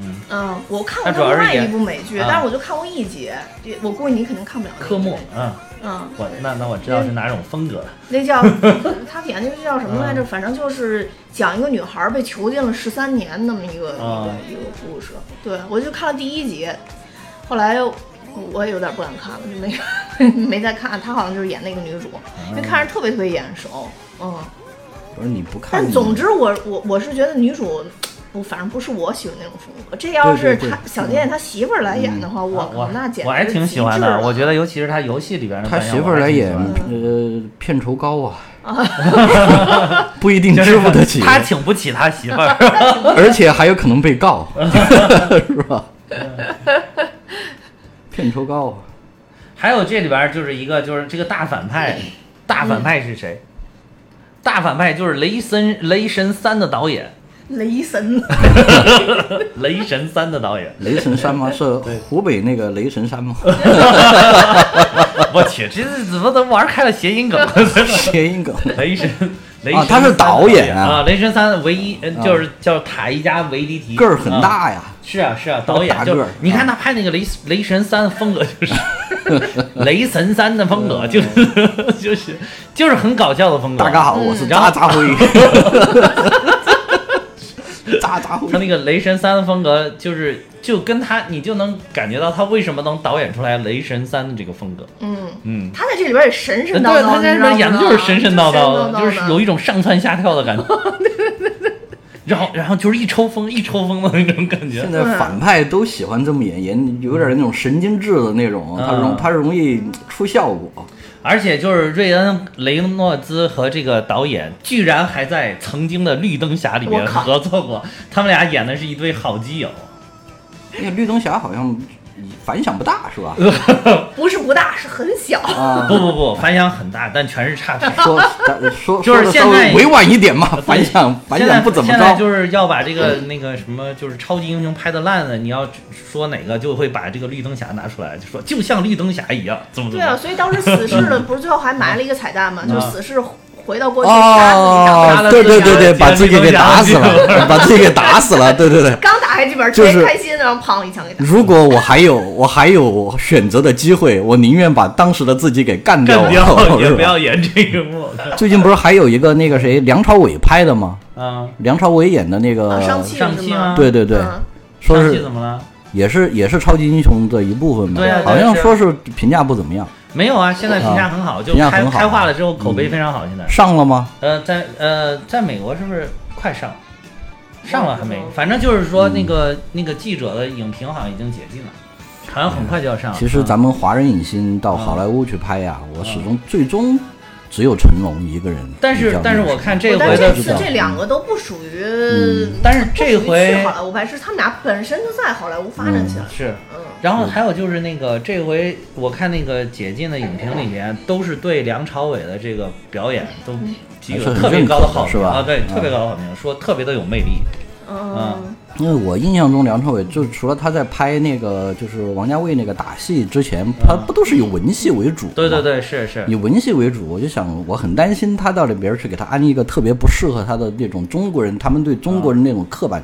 嗯，
嗯，我看过
它主
他
要是
另外
演
一部美剧，
啊
但是我就看过一集，这我估计你肯定看不了。
科莫，嗯，
嗯，
我那那我知道是哪种风格了，
那叫 他演那个叫什么
啊
来着？反正就是讲一个女孩被囚禁了十三年那么一个、
啊
一个一个故事。对我就看了第一集，后来我也有点不敢看了，就没 没再看。她好像就是演那个女
啊
主，因为看着特别特别眼熟。嗯，
不是你不看，
但总之我我我是觉得女主。不，反正不是我喜欢那种风格。这要
对
是
对对
她小贱她媳妇儿来演的话，嗯我
啊
靠
嗯我
那简直
我还挺喜欢的，啊我觉
得
得尤其是她游戏里边的
他
扮相，
媳妇儿来
也
演， 呃，片酬高啊， 不一定支付得起，
他请不起他媳 妇儿，
而且还有可能被告， 是 吧？片酬高啊，
还有这里边儿就是一个就是这个大反派，大反派是谁？大反派就是雷森雷神三的导演，
雷神
雷神三的导演，
雷神山吗？是湖北那个雷神 山吗？
我去，这是怎么都玩开了谐音梗了？
谐音梗，
雷神，雷神
啊他是
三
导演啊
啊，雷神三唯一呃就是叫塔伊加维迪提，
个儿很
啊。
大呀，
嗯
是啊是啊，导
大
演
个
就
儿
你看他拍那个雷雷神三的风格就是雷神三的风格，就是就是就是很搞笑的风格。
大家好，我是
嗯
渣渣 辉，渣渣辉
他。那个雷神三的风格，就是就跟他，你就能感觉到他为什么能导演出来雷神三的这个风格。
嗯，
嗯，
她在这里边也神神
对，
叨叨，
他在
你知
里
道吗
边演的就是神神叨叨的，
就
就是
神
是有一种上蹿下跳的 感觉。然后，然后就是一抽风一抽风的那种感觉
现。在反派都喜欢这么演，演有点那种神经质的那种，他容
嗯
他容易出效果。
而且就是瑞恩·雷诺兹和这个导演居然还在曾经的《绿灯侠》里面
我靠
合作过，他们俩演的是一对好基友。
那个绿灯侠好像反响不大，是吧？
不是不大，是很小。
啊
不，不不，反响很大，但全 是差评。
说咱说
就
说
是
的
现
稍微
在
委婉一点嘛，反响反
现在
响不怎么
现在
着。
就是要把这个那个什么，就是超级英雄拍的烂的，你要说哪个，就会把这个绿灯侠拿出来，就说就像绿灯侠一样，怎么怎
对
么
啊，
样。
所以当时死侍的不是最后还埋了一个彩蛋吗？就是死侍回到过去杀自己打
哦
啊杀，了
对对对对，
自己
把自己给打死
然后
了，把自己给打死了，对对对。
刚打开剧本，
就
特
是
别开心，然后砰一枪给打。
如果我还有我还有选择的机会，我宁愿把当时的自己给干掉。
干掉 也
是
不
吧
要演这个幕
最近不是还有一个那个谁梁朝伟拍的吗？
啊！
梁朝伟演的那个
啊，，上气了
呃上
是
气吗
吗？
对对对，
嗯
说
上戏
是
怎么了？
也是也是超级英雄的一部分嘛
对啊，对
好像
是
说是评价不怎么样，
没有啊，现在评价很好，就
评价
开
很好啊嗯
开化了之后口碑非常好。现在
上了吗？
呃，在呃，在美国是不是快上？上了还没？反正就是说
嗯
那个那个记者的影评好像已经解禁了，好像很快就要上了。
哎
嗯
其实
啊
咱们华人影星到好莱坞去拍呀，我始终最终只有成龙一个人比较那
但
什么。
是但是我看这
但
回的
这次这
嗯
两个都不属于，
但是这
不属于去
回
好莱坞拍，是他们俩本身就在好莱坞发展起来。
是，
嗯，
然后还有就是那个这回我看那个解禁的影评里面，都是对梁朝伟的这个表演都给予了特别高的好
还是很认可的是
评
吧
啊，对，
嗯
特别高的好评，说特别的有魅力。
嗯，
因为我印象中梁朝伟就除了他在拍那个就是王家卫那个打戏之前，他不都是以文戏为主？
嗯对对。对，是是
以，文戏为主，我就想，我很担心他到里边去给他安一个特别不适合他的那种中国人，他们对中国人那种刻板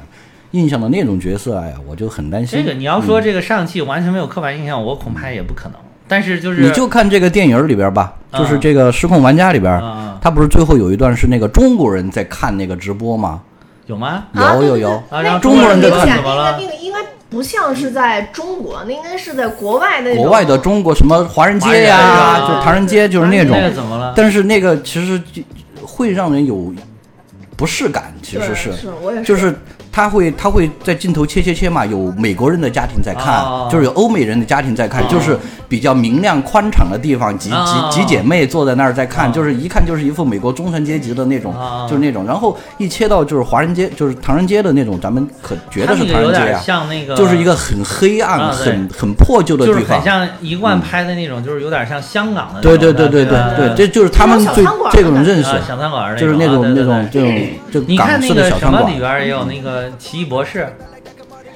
印象的那种角色，哎呀，我就很担心。
这个你要说这个上汽完全没有刻板印象，我恐怕也不可能。但是就是
你就看这个电影里边吧，
啊
就是这个《失控玩家》里边
啊，
他不是最后有一段是那个中国人在看那个直播吗？
有吗？
啊
有
对
有
对对
有，
啊然
那
后
中国人
那
在
个
看
那
怎么
个
了
那个应该不像是在中国，那应该是在国外那种
国外的中国什么华人街呀、
华人街啊
就唐人街，就是那
这
种
那。个怎么了？
但是那个其实就会让人有不适感，其实
对
是，
是我也
就是他会他会在镜头切切切嘛，有美国人的家庭在看，
哦
就是有欧美人的家庭在看，
哦
就是比较明亮宽敞的地方，几
哦
几几姐妹坐在那儿在看，
哦
就是一看就是一副美国中产阶级的那种，
哦
就是那种。然后一切到就是华人街，就是唐人街的那种，咱们可觉得
它
是
那
唐
个有
人街
点
啊。
像那个，
就是一个很黑暗、
啊对
很很破旧的
就是
地方嗯
很，像一贯拍的那种，就是有点像香港的那种
对
的。
对对对
吧
对，这就是他们
那种
最
小餐馆
这种认识，
啊，小餐馆儿
就是那
种啊
种那
对对
种
对
这种就
你看
港
那
式的
个
小
什
餐
么
馆
里。边儿也有那个《奇异博士》，《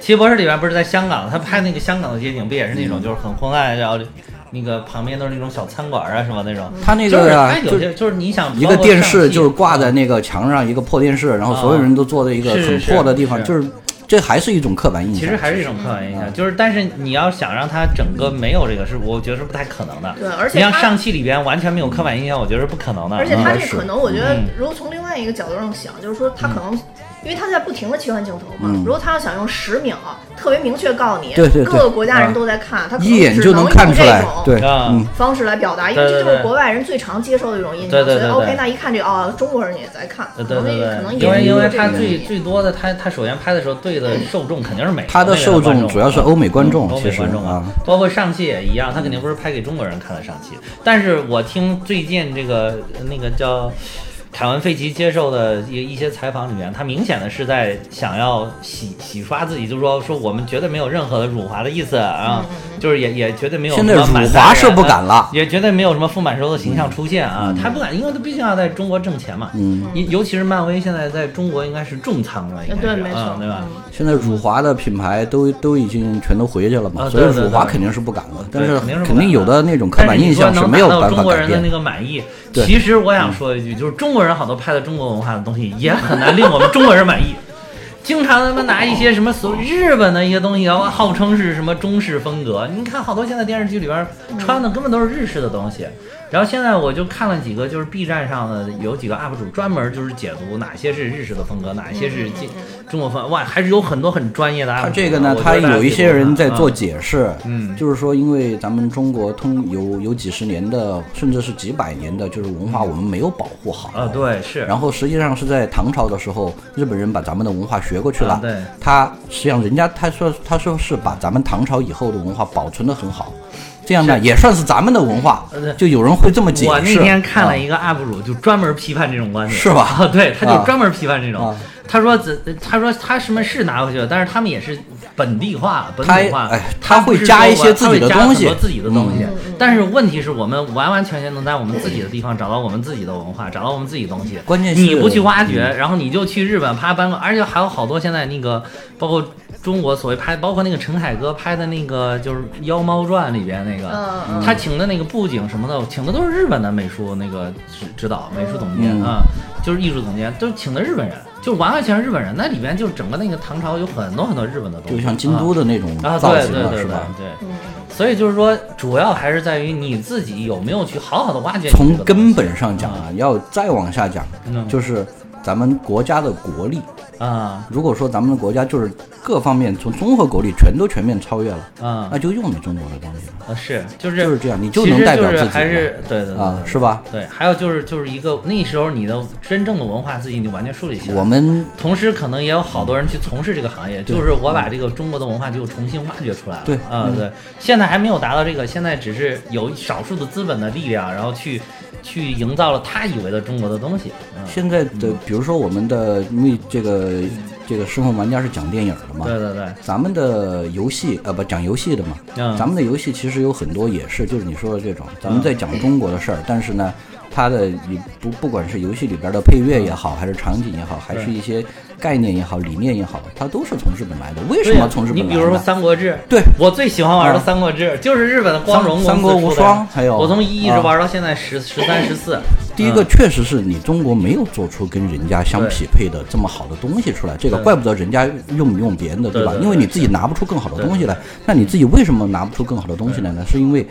奇异博士》里边儿不是在香港，他拍那个香港的街景，不也是那种
嗯
就是很昏暗，然后那个旁边都是那种小餐馆儿啊什么那种。
他那
就是
个啊
他，有
就是
些就是你想
一
包
个
括
电
上
视
戏
就是挂在那个墙上一个破电视，然后
啊
所有人都坐在一个
是
很
是
破的地方，
是
就是这还是一种刻板印象。
其实还是一种刻板印
嗯
象，就是但是你要想让它整个没有这个是，我觉得是不太可能的。
对而且
你像
它
上戏里边完全没有刻板印象，我觉得是不可能的。
而且他
嗯
这可能，我觉得如果从另外一个角度上想，就是说他可能，因为他在不停的切换镜头嘛，
嗯
如果他要想用十秒特别明确告诉你，
对对对
各个国家人都在看，他可能
一眼
只
就能
能用
看出来
这种，
对，
啊
嗯，
方式来表达，因为
对对
这就是
对
国外人最常接受的一种印象，
对对
所
对
以 OK，
对
那一看这哦，中国人也在看，
对对对
可能也
对，因
可能
为
也
因为
这个
他最
原因
最多的他他首先拍的时候对的受众肯定是美国
他的
那边
受
观啊嗯
众主要是欧美观众
欧，
其
美
实
观众
啊，，
包括上戏也一样，他肯定不是拍给中国人看的上戏。但是我听最近这个那个叫凯文·费奇接受的一一些采访里面，他明显的是在想要洗洗刷自己，就是说说我们绝对没有任何的辱华的意思
嗯
啊，就是也也绝对没有
现在
什么
辱
满
华
汉
是
人啊
不敢了
也绝对没有什么傅满洲的形象出现啊，他不敢，因为他毕竟要在中国挣钱嘛，
嗯，
尤尤其是漫威现在在中国应该是重仓了，应该
呃对
是
没错嗯
啊对吧？
现在辱华的品牌都都已经全都回去了嘛，
啊
所以
对对
辱华
对
肯定是不敢了，但
对
是
肯定是不
肯定
敢
有的
的
那种刻板印象
是
没有办
中
法
国
改
人的那
变。
个满意。
对
其实我想说一句，就是中国人好多拍的中国文化的东西也很难令我们中国人满意。经常他妈拿一些什么所日本的一些东西，然后号称是什么中式风格。你看好多现在电视剧里边穿的根本都是日式的东西。然后现在我就看了几个，就是 B 站上的有几个 UP 主专门就是解读哪些是日式的风格，哪些是中中国风。哇，还是有很多很专业的 UP 主
他
的。
这个呢，
啊我觉
他
得大家
有一
可以
些
多
人
看
在
啊
做解释，
嗯
就是说，因为咱们中国通有有几十年的，甚至是几百年的，就是文化，我们没有保护好。
嗯啊，对是。
然后实际上是在唐朝的时候，日本人把咱们的文化学过去了。
啊对
他实际上人家他说他说是把咱们唐朝以后的文化保存得很好，这样呢也算是咱们的文化
呃对。
就有人会这么解释。
我那天看了
啊
一个 UP 主，就专门批判这种观点，
是吧
啊，对，他
啊
就专门批判这种
啊。
他说怎，他说他什么是拿回去了，但是他们也是本地化、本
他
土化，
哎
他
他会
不是
加一
说
些
我
自己的
他会加
东西
很多自己的东西
嗯嗯。
但是问题是我们完完全全能在我们自己的地方找到我们自己的文化，找到我们自己的东西。
关键是嗯
你不去挖掘，然后你就去日本啪搬个，而且还有好多现在那个包括。中国所谓拍，包括那个陈凯歌拍的那个就是《妖猫传》里边那个，
嗯嗯
他请的那个布景什么的，请的都是日本的美术那个指指导、美术总监
嗯
啊、就是艺术总监，都是请的日本人，就完完全是日本人。那里边就整个那个唐朝有很多很多日本的东西，
就像京都的那种
啊，啊
造
对
型
对
了，
对
是
对
吧？
对。
嗯
所以就是说，主要还是在于你自己有没有去好好的挖掘你这个东西。
从根本上讲啊，要再往下讲，
嗯
就是咱们国家的国力。
啊
如果说咱们的国家就是各方面从综合国力全都全面超越了，
啊
那就用你中国的东西了
啊是，就是
就是这样你就
其
能
实
代表
是
自己
还
嘛
是对对对
啊
对
是吧？
对，还有就是就是一个那时候你的真正的文化自己你完全梳理起来。
我们
同时，可能也有好多人去从事这个行业，
对
就是我把这个中国的文化就重新挖掘出来了。
对嗯
啊、对，现在还没有达到这个，现在只是有少数的资本的力量，然后去去营造了他以为的中国的东西。嗯，
现在的，比如说我们的，因为这个这个《失控玩家》是讲电影的嘛，
对对对，
咱们的游戏呃不讲游戏的嘛，
嗯
咱们的游戏其实有很多也是就是你说的这种，咱们在讲中国的事儿，但是呢，它的你不不管是游戏里边的配乐也好，还是场景也好，还是一些概念也好、理念也好，它都是从日本来的。为什
对
么从日本
你
来
比
呢？
如说《三国志》，
对
我最喜欢玩的
啊
《三国志》就是日本的光荣公司
三三国
出的
无双哎哦还有
我从一一直
啊
玩到现在十十三十四。
第一个
嗯
确实是你中国没有做出跟人家相匹配的这么好的东西出来，这个
对
怪不得人家用不用别人的，
对
对吧？
对对
因为你自己拿不出更好的东西来，那你自己为什么拿不出更好的东西来呢？是因为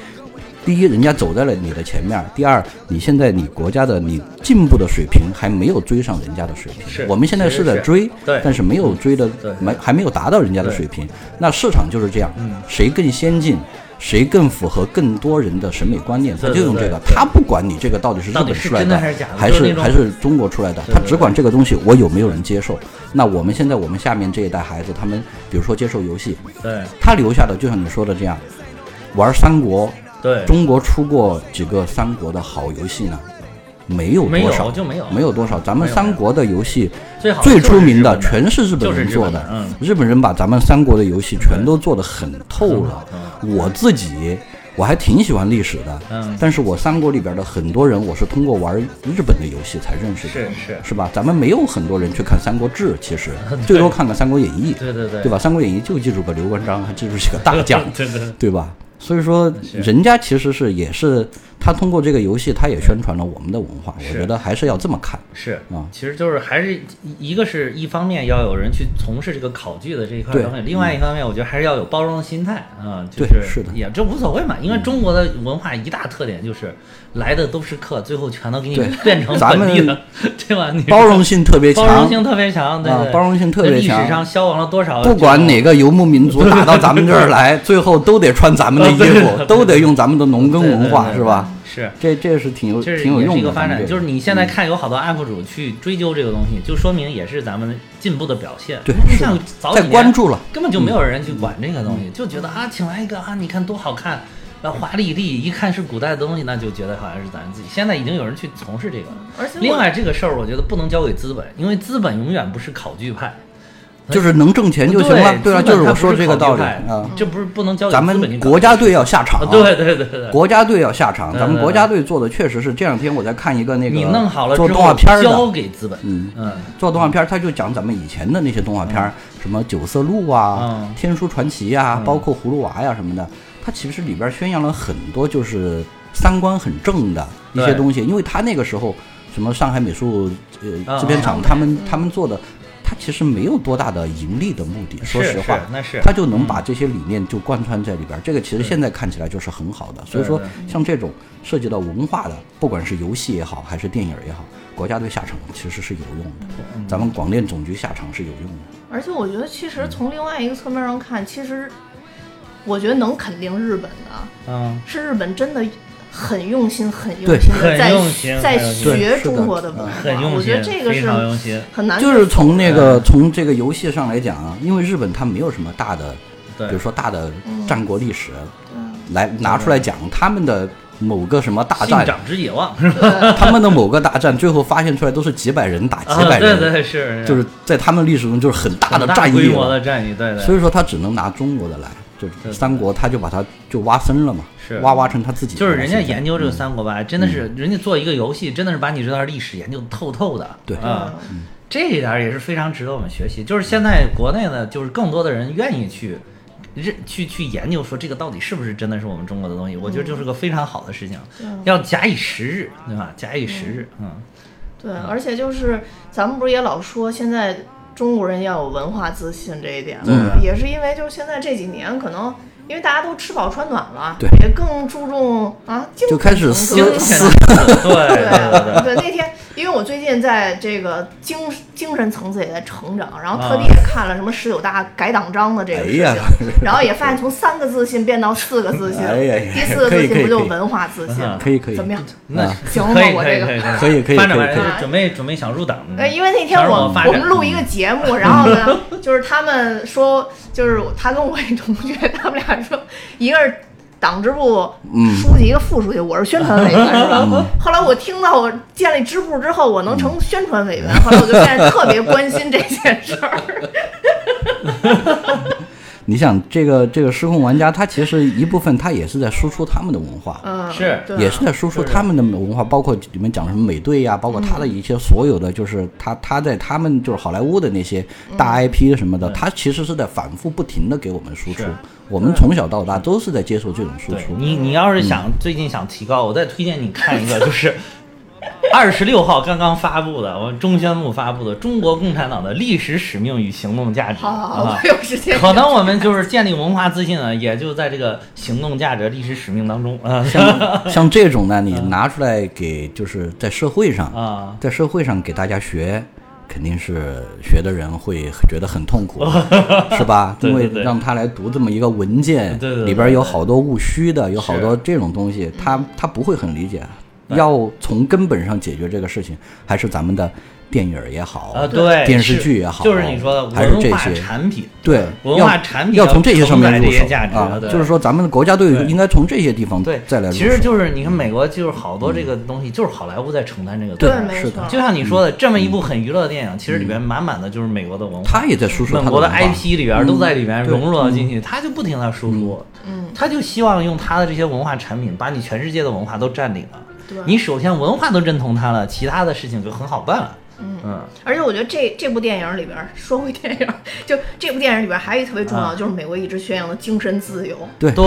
第一，人家走在了你的前面儿；第二，你现在你国家的你进步的水平还没有追上人家的水平。
是
我们现在
其实
是在
是
追，
对嗯
但是没有追的
对，
没还没有达到人家的
对嗯
水平。那市场就是这样，谁更先进。谁更符合更多人的审美观念，他
对
就
对
用这
对
个，
对
他不管你这个到底是日
到底
本
是
出来
真的还是假的
还
就是
是
那种
还是中国出来的，
对
他
对
只管这个东西我有没有人接受。那我们现在我们下面这一代孩子，他们比如说接受游戏，
对
他留下的就像你说的这样，玩三国，
对，
中国出过几个三国的好游戏呢？没有
没
多少
有，就没有，
没有多少。咱们
没有哦
三国的游戏
最好
最出名
的
的全是日本人做的，
就是日本啊嗯人
日本人把咱们三国的游戏全都做得很透了。我自己我还挺喜欢历史的，
嗯
但是我三国里边的很多人，我是通过玩日本的游戏才认识的，
是是，
是吧？咱们没有很多人去看《三国志》，其 实最多看看《三国演义》，
对对对
对吧？《三国演义》就记住个刘关张，还记住几个大
，
将
对对对
对吧？所以说，
是
人家其实是也是他通过这个游戏，他也宣传了我们的文化。我
是
觉得还是要这么看。
是
啊
其实就是还是一个是一方面要有人去从事这个考据的这一块
对嗯
东西，另外一方面我觉得还是要有包容的心态啊，就
对
是
是的嗯
也就无所谓嘛，因为中国的文化一大特点就是来的都是客，最后全都给你
对
变成
咱
本地
们
的， 对吧？你
包容性特别强，
包容性特别强，对
啊
对，
包容性特别强
历史上消亡了多少？
不管哪
个，
个游牧民族打到咱们这儿来，最后都得穿咱们的衣
啊
服，都得用咱们的农耕文化，
对对对
是吧？
是。
这这是挺有
这是
挺有
也是一
用的嗯
个
咱们这个，
发展，就是你现在看有好多 UP 主去追究这个东西，就说明也是咱们进步的表现。
对
你
是
像
的
早
在
几年
关注了
根本就没有人去管这个东西，
嗯
就觉得啊，请来一个啊，你看多好看，然后华丽丽，一看是古代的东西，那就觉得好像是咱自己。现在已经有人去从事这个了。
而
嗯
且我
另外这个事儿，我觉得不能交给资本，因为资本永远不是考据派。
就是能挣钱就行了，对
对
啊，
资本
就是
它
我
不
说这个
考据
道理
派
啊。
这不是不能交给
咱
资本去
们
搞
国家队要下场
啊，
啊，
对对对对。
国家队要下场。
对
咱们
对
国
对
家队做的确实是这两天我在看一个那个
你弄好了
做
之
动画
后
片儿的，
交给资本，
嗯
嗯，
做动画片，儿，他就讲咱们以前的那些动画片，儿，什么《九色鹿》啊、
嗯
天书传奇》呀，
嗯
包括《葫芦娃》呀什么的。他其实里边儿宣扬了很多就是三观很正的一些
对
东西，因为他那个时候什么上海美术呃
嗯
制片厂
嗯
他们他们做的，他其实没有多大的盈利的目的，说
是
实话
是。那是
他就能把这些理念就贯穿在里边儿，这个其实现在看起来就是很好的。所以
对
说
对，
像这种涉及到文化的，不管是游戏也好，还是电影也好，国家队下场其实是有用的。
嗯
咱们广电总局下场是有用的，
而且我觉得，其实从另外一个侧面上看，其实我觉得能肯定日本的
嗯。
是日本真的很用心、很用
对
心的
很
在
用心
在
很用心
学
对是的
中国的文
很
化。
用心，
我觉得这个
非
是
常用心。
很难，
就是从那个从这个游戏上来讲啊，因为日本它没有什么大的，
对，
比如说大的
嗯
战国历史
嗯
来拿出来讲，他们的某个什么大
信
战，
长之野望是吧？
他们的某个大战最后发现出来都是几百人打几
啊，
百
对
人，
对是，
就是在他们历史中就是很大的
很大
战
规
役
模
了，
的战役，对对。
所以说他只能拿中国的来，就
对
是三国他就把它就挖深了嘛
是，
挖挖成他自己的
就是人家
东西
研究这个三国吧，真的
嗯
是人家做一个游戏，真的是把你这段历史研究透透的。
对
啊，
嗯
这一点也是非常值得我们学习。就是现在国内呢，就是更多的人愿意去认去去研究，说这个到底是不是真的是我们中国的东西？我觉得这是个非常好的事情，
嗯
要假以时日，对吧？假以时日，嗯，
对，而且就是咱们不是也老说现在中国人要有文化自信这一点吗？也是因为就是现在这几年可能。因为大家都吃饱穿暖了，
对
也更注重啊，精
就
神
开始
层
思
次
精神对 对对
对对，
对。
那天因为我最近在这个精精神层次也在成长，然后特地
啊
也看了什么十九大改党章的这个事情，
哎呀
然后也发现从三个自信变到四个自信，
哎呀呀
第四个
可
自
以可以
信不就
可以
文化自信
嗯
吗？
可以可以
怎么样？
那
啊
行吗
可以
我
可以
这个哎
可以可以
发
可
展
以
完
可
以
啊准备准备想入党。
呃，因为那天
想让
我
嗯我发
我
展嗯
们录一个节目，然后 呢，就是他们说，就是他跟我一同学，他们俩说，一个是党支部
嗯
书记，一个副书记，我是宣传委员，是吧？后来我听到我建立支部之后，
嗯
我能成宣传委员，后来我就变得特别关心这件事 儿。
你想，这个这个失控玩家，他其实一部分他也是在输出他们的文化，
嗯，
是
对
也是在输出
是的
他们的文化，包括你们讲什么美队呀、包括他的一些所有的，就是他他在他们就是好莱坞的那些
嗯
大 IP 什么的，他其实是在反复不停的给我们输出
是。
我们从小到大都是在接受这种输
对
出。嗯
你，你要是想最近想提高，我再推荐你看一个，就是二十六号刚刚发布的，我们中宣部发布的《中国共产党的历史使命与行动价值》
好好好，
啊
哦我，有时间。
可能我们就是建立文化自信呢，也就在这个行动价值、历史使命当中啊
像像这种呢，你拿出来给就是在社会上，
嗯啊，
在社会上给大家学，肯定是学的人会觉得很痛苦，是吧？
对
因
对
为
对
让他来读这么一个文件，
对对对
里边有好多务虚的，有好
是嗯
多这种东西，他他不会很理解。要从根本上解决这个事情，还是咱们的电影儿也好，
啊对，
电视剧
是
也好，
就是你说的
还是
文
这
化
些
产品，
对
文
要
化产品
要从这些上面
承
入
载这些
手
价值
啊，
对
就是说咱们的国家队
对
应该从这些地方
对，
再来入手。
其实就是你看美国就是好多
嗯
这个东西，就是好莱坞在承担这个责
对，
任。
没
是
错
的。
就像你说
嗯
的，这么一部很娱乐的电影，其实里边满满的就是美国的文化，
他也在输出
美
他
国
的
的
文化
IP 里边都在里边
嗯对
融入到进去，他就不停的输出，
嗯
他就希望用他的这些文化产品把你全世界的文化都占领了
对。
你首先文化都认同它了，其他的事情就很好办了。嗯，
而且我觉得这这部电影里边儿，说回电影儿，就这部电影里边儿还有一特别重要，
啊
就是美国一直宣扬的精神自由。
对
对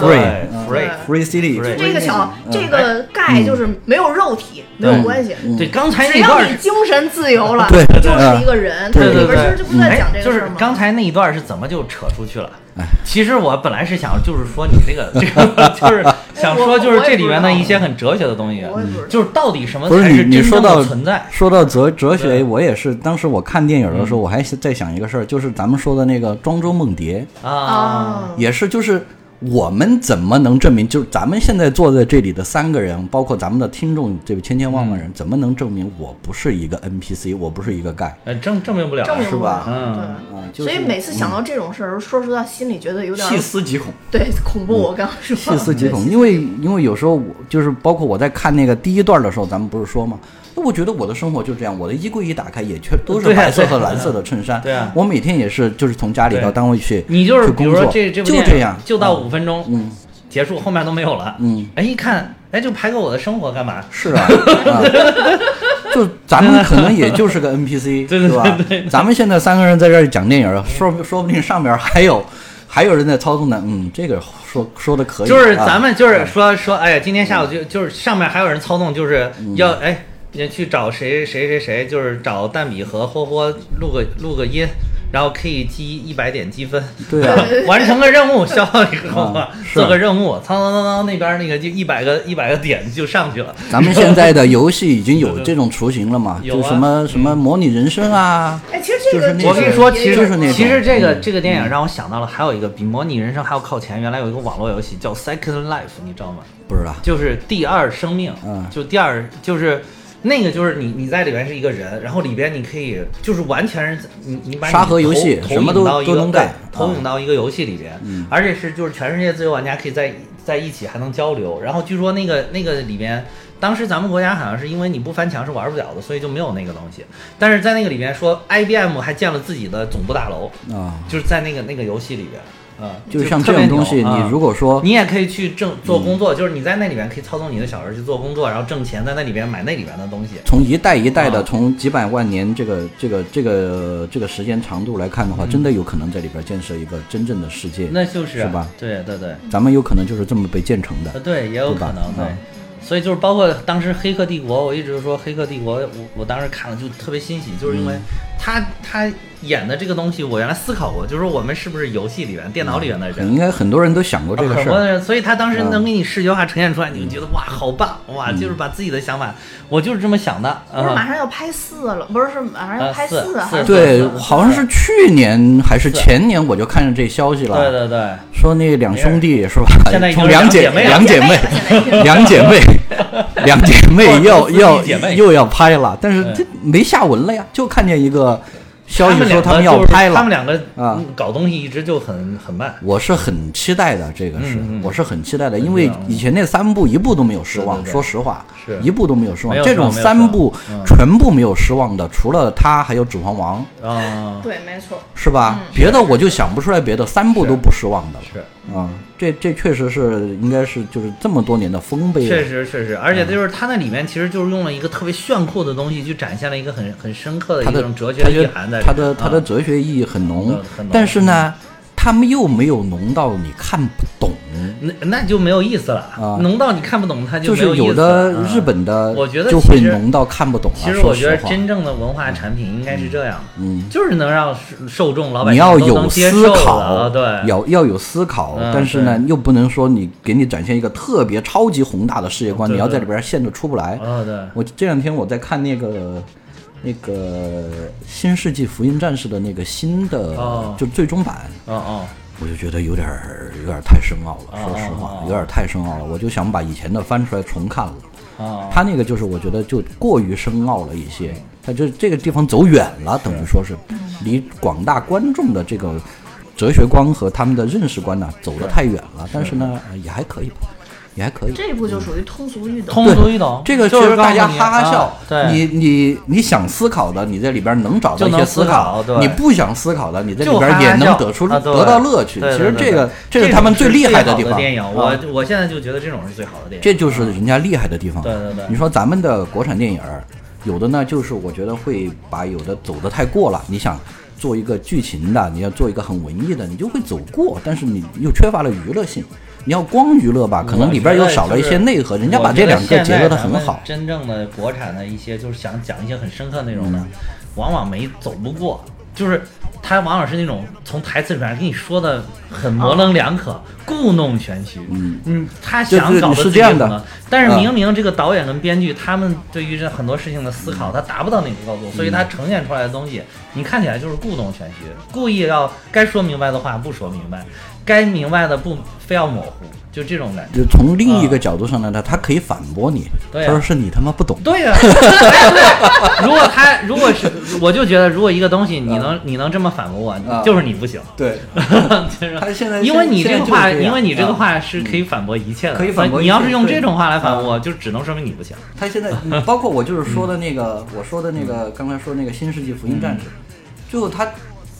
对
Free，
，free。
Free City
Free
这个小
嗯
这个钙就是没有肉体，没有关系，
对，刚
嗯
才
只要
那段
你
是
精神自由了，
对对
就是一个人。它
对
里
对
边
对
儿
哎
其实就不断讲这
就
个事
是
儿嘛。
刚才那一段是怎么就扯出去了？
哎
其实我本来是想，就是说你这个这个，就是 想说，就是这里面的一些很哲学的东西
我也不知道，
就是到底什么
不是
才
你，你
真
说
正
到
的存在？
说到哲哲学，
对嗯
我也是。当时我看电影的时候，我还是在想一个事儿，就是咱们说的那个庄周梦蝶，
啊，
啊，
也是，就是我们怎么能证明？就是咱们现在坐在这里的三个人，包括咱们的听众这个千千万万
嗯
人，怎么能证明我不是一个 NPC，我不是一个盖？
呃，证证明不了，
证明
是
不
吧
了
嗯
对
啊就是
所以每次想到这种事儿，说实话，心里觉得有点儿
细思极恐。
对恐怖。我刚刚
嗯
说
细思
嗯
极恐，因为因为有时候我就是包括我在看那个第一段的时候，咱们不是说嘛，那我觉得我的生活就这样，我的衣柜一打开也全都是
对啊
白色和
对啊
蓝色的衬衫，
对啊
我每天也是就是从家里到
对啊
单位去，
你就是
去
比
工
如说
作，
这这部
就
电
这
影
样，
就到五分钟，
嗯，
结束后面都没有了，
嗯，
哎一看，哎就排个我的生活干嘛？
是啊，啊 就咱们可能也就是个 NPC，
对对
是吧？咱们现在三个人在这儿讲电影，说不说不定上面还有还有人在操纵呢，嗯，这个说说的可以，
就是
啊嗯
咱们就是说说，哎呀，今天下午就就是上面还有人操纵，就是要哎去找谁谁谁谁，就是找蛋比和霍霍录个录个音，然后可以积一百点积分，
对啊。
完成个任务，消耗以后啊
啊，是
做个任务，苍苍苍苍，那边那个就一百个一百个点就上去了。
咱们现在的游戏已经有这种雏形了嘛？
有啊
就什么什么模拟人生啊，
哎，其实这
就
个
是那
我跟你说，其
就是
实
那种嗯
其实这个这个电影让我想到了，还有一个比《模拟人生》还要靠前。原来有一个网络游戏叫《Second Life》，你知道吗？
不知道。
就是第二生命，
嗯
就第二就是那个就是你你在里边是一个人，然后里边你可以就是完全是你你把你
沙盒游
投
戏
投
什么
影
都
到一
都
个
能
对
干嗯
投
啊
影到一个游戏里边，而且是就是全世界自由玩家可以在在一起还能交流，然后据说那个那个里边。当时咱们国家好像是因为你不翻墙是玩不了的，所以就没有那个东西。但是在那个里边说，IBM 还建了自己的总部大楼，
啊，
就是在那个那个游戏里边，嗯，
就是像
特
这
别
种东西，
牛啊
你如果说
你也可以去挣做工作，就是你在那里边可以操纵你的小人去做工作，然后挣钱，在那里边买那里边的东西。
从一代一代
啊
的，从几百万年这个这个这个这个时间长度来看的话，真的有可能在里边建设一个真正的世界，
嗯那就是啊
是吧？
对对对，
咱们有可能就是这么被建成
呃
的。
对，也有
对吧
可能对
啊。
所以就是包括当时《黑客帝国》，我一直说《黑客帝国》，我我当时看了就特别欣喜，就是因
嗯
为他、他演的这个东西，我原来思考过，就是我们是不是游戏里边、电脑里边的人
应。该很多人都想过这个
很
事
多
儿，嗯
人， 所以他当时能给你视觉化呈现出来，你就觉得哇，好棒哇！就是把自己的想法，我就是这么想的。
不是
嗯
马上要拍四了，不是是马上要
啊
拍
四
四
四
还是
对，
是
好像是去年还是前年我就看见这消息了，
对对对，
说那两兄弟是吧？
现在已经
从两姐
两姐妹了
两姐妹
两姐妹，
两姐妹， 两姐妹要
哇
要
自己姐妹
又要拍了，但是
对
这没下文了呀，就看见一个消息
们
说
两个
们要
就是
拍
他
了。
们两个
啊
嗯搞东西一直就很很慢。
我是很期待的，这个是
嗯嗯
我是很期待的，
嗯
因为以前那三部一部都没有失
对
望，
对对
说实话
是，
一部都没有失望
没。有
这种
失望没有
三部
失望嗯
全部没有失望的，除了他还有《指环王
啊，
对，没错。》，
是吧？别的我就想不出来别的，三部
是
都不失望的了。
是，
啊，这这确实是应该是就是这么多年的丰碑了。
确实确实，而
嗯
且就是它那里面其实就是用了一个特别炫酷的东西，去展现了一个很很深刻的
它
一
的
种哲学
它
意
的
涵在里面。
它的它的
啊
哲学意义很浓
嗯很浓，
但是呢，他们又没有浓到你看不懂，
嗯那那就没有意思了，
啊
浓到你看不懂它
就
没有
是
意思
有
了
的
嗯
日本的，
我觉得
就
其
会
实
浓到看不懂了。
其实
啊说
我觉得
实话
真正的文化产品应该是这样，
嗯，
就是能让受受众老百
你
姓
要
都
有
能接
思
受的，
考，
啊对，
要要有思考，
嗯
但是呢，又不能说你给你展现一个特别超级宏大的世界观，
对
你要在
对
里边陷得出不来。
啊对，
我这两天我在看那个那个《新世纪福音战士》的那个新的，
哦
就最终版，
哦哦，
我就觉得有点儿有点儿太深奥了，说实
哦
话
哦哦，
有点儿太深奥了，我就想把以前的翻出来重看了。
哦，
他那个就是我觉得就过于深奥了一些，他就这个地方走远了，等于说是离广大观众的这个哲学观和他们的认识观呢走得太远了。但是呢，呃也还可以吧，也还可以。
这部就属于通俗易懂。
通俗易懂，
这个
就
其
是
实大家
告诉你
哈哈笑
啊，对，
你你你想思考的，你在里边能找到
就
一
能
些思
思考对
你不想思考的，你在里
就哈
边
哈
也能
笑
得出
啊对
得到乐趣。
对
其
对
实
对
这个
对
这是他们
这种
厉害
的
地方。
电影，
啊
我我现在就觉得这种是最好的电影，
这就是人家厉害的地方。啊
对对对
你说咱们的国产电影儿，有的呢就是我觉得会把有的走得太过了。你想做一个剧情的，你要做一个很文艺的，你就会走过，但是你又缺乏了娱乐性。你要光娱乐吧，可能里边又少了一些内核。人家把这两个结合得很好
我觉得现在咱们。真正的国产的一些就是想讲一些很深刻内容的，
嗯
往往没走不过，就是他往往是那种从台词里边给你说的很模棱两可，故弄玄虚。
啊嗯
他想搞
就是
的
是这样的啊
但是明明这个导演跟编剧他们对于这很多事情的思考，他达不到那个高度，所以他
嗯
呈现出来的东西，你看起来就是故弄玄虚，故意要该说明白的话不说明白，该明白的不非要模糊，就这种感觉。
就从另一个角度上来呢，他可以反驳你，
啊对啊
他说是你他妈不懂。
对 呀、哎对，如果他如果是，我就觉得如果一个东西你能、你能这么反驳
嗯啊
我，就是你不行。
对，
就是
他现在
因为你
现在
个
就是
话，
这样嗯
因为你这个话是可以反驳一切的，
可以反驳一切
你要是用
对
这种话来反驳，就只能说明你 不行。
他现在包括我就是说的那个，
嗯
我说的那个刚才说那个《新世纪福音战士》，最后他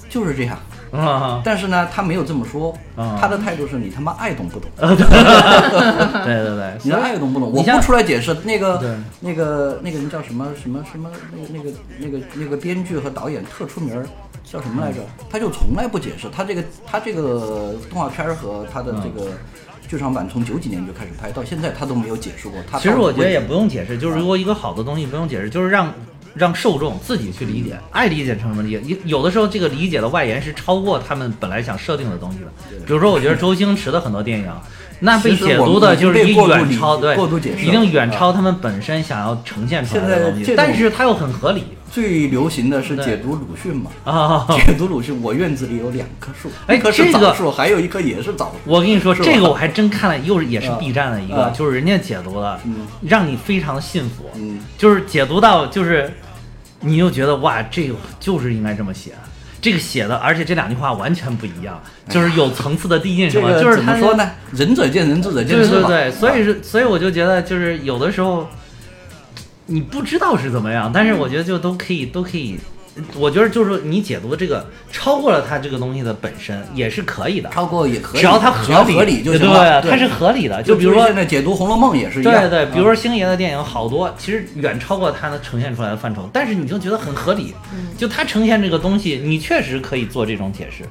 就是这样。
啊，
但是呢，他没有这么说，
啊
他的态度是你他妈爱懂不懂，
对 对对，
你
所
的
以
爱懂不懂，
你
我
像
不出来解释。那个
对
那个那个人叫什么什么什么，那个那个那个那个编剧和导演特出名儿，叫什么来着？
嗯
他就从来不解释，他这个他这个动画片儿和他的这
嗯
个剧场版从九几年就开始拍，到现在他都没有解释过。他
其实
到底
我觉得
为
也不用解释，就是如果一个好的东西不用解释，就是让让受众自己去理解，爱理解成什么理解。有有的时候这个理解的外延是超过他们本来想设定的东西的。比如说，我觉得周星驰的很多电影，那被
其实
解
我们
读的就是
已经被
已
过度
远
理
超对
过度解释
已
了啊
经远超他们本身想要呈现出来
现在
的
这
东西
种，
但是它又很 合理
最流行的是
对
解读鲁迅嘛。
啊。
解读鲁迅，我院子里有两棵树，
哎
一棵是
这个
枣树，还有一棵也是枣树。
我跟你说，
是吧
这个我还真看了，又是也是 B 站的一个，
啊
就是人家解读的，
嗯
让你非常的信服，
嗯
就是解读到就是，你又觉得哇，这个就是应该这么写，这个写的，而且这两句话完全不一样，就是有层次的递进，
哎这
什么，
个
就是
怎
他
么说？呢？仁者见仁，智者见
对
智
对
吧
对，所以
啊
是，所以我就觉得就是有的时候，你不知道是怎么样，但是我觉得就都可以，
嗯
都可以。我觉得就是说你解读的这个超过了它这个东西的本身也是可以的，
超过也可以，
只要它
只要
合理，
合理就行了。
对，它是合理的。
哎就
比如说
现，在解读《红楼梦》也是一样，
对对，比如
啊
说星爷的电影好多，其实远超过它能呈现出来的范畴，但是你就觉得很合理。
嗯
就它呈现这个东西，你确实可以做这种解释，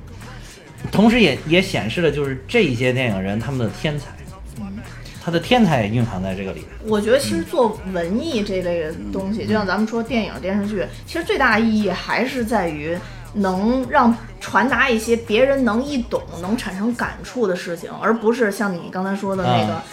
同时也也显示了就是这一些电影人他们的天才，
嗯
他的天才也蕴含在这个里面。
我觉得其实做文艺这类的东西，就像咱们说电影、电视剧，其实最大的意义还是在于能让传达一些别人能易懂、能产生感触的事情，而不是像你刚才说的那个
啊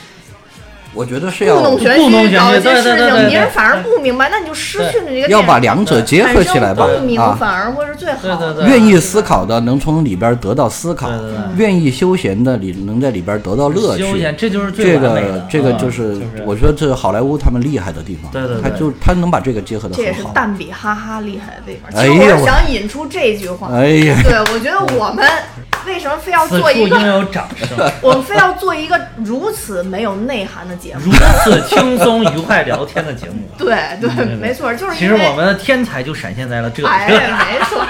我觉得是
故
要
弄玄
故弄
虚
玄虚
搞一些
对对
事
对对
情，
对
别人反而不明白，那你就失去了这个
要把
电影
两者结合起来吧
产生共鸣，
啊。
反而会是最好的。
对对对
愿意思考的能从里边得到思考
对对，对
愿意休闲的里能在里边得到乐
休
趣
闲，。这就是最
这
完美的
个。这个
嗯
就，
就是
我觉得这是好莱坞他们厉害的地方。
对对对
他就他能把这个结合的
这也是
很好。
蛋比哈哈厉害的地方。
哎
其
呀
实我是
我
想引出这句话，
哎呀，
对我觉得我们为什么非要
此
做
处
一
应
个，
有掌声。
我们非要做一个如此没有内涵的节目？
如此轻松愉快聊天的节目啊，
对对，
对
没错，就是
其
因
实
为
我们的天才就闪现在了这里。
哎，没 错，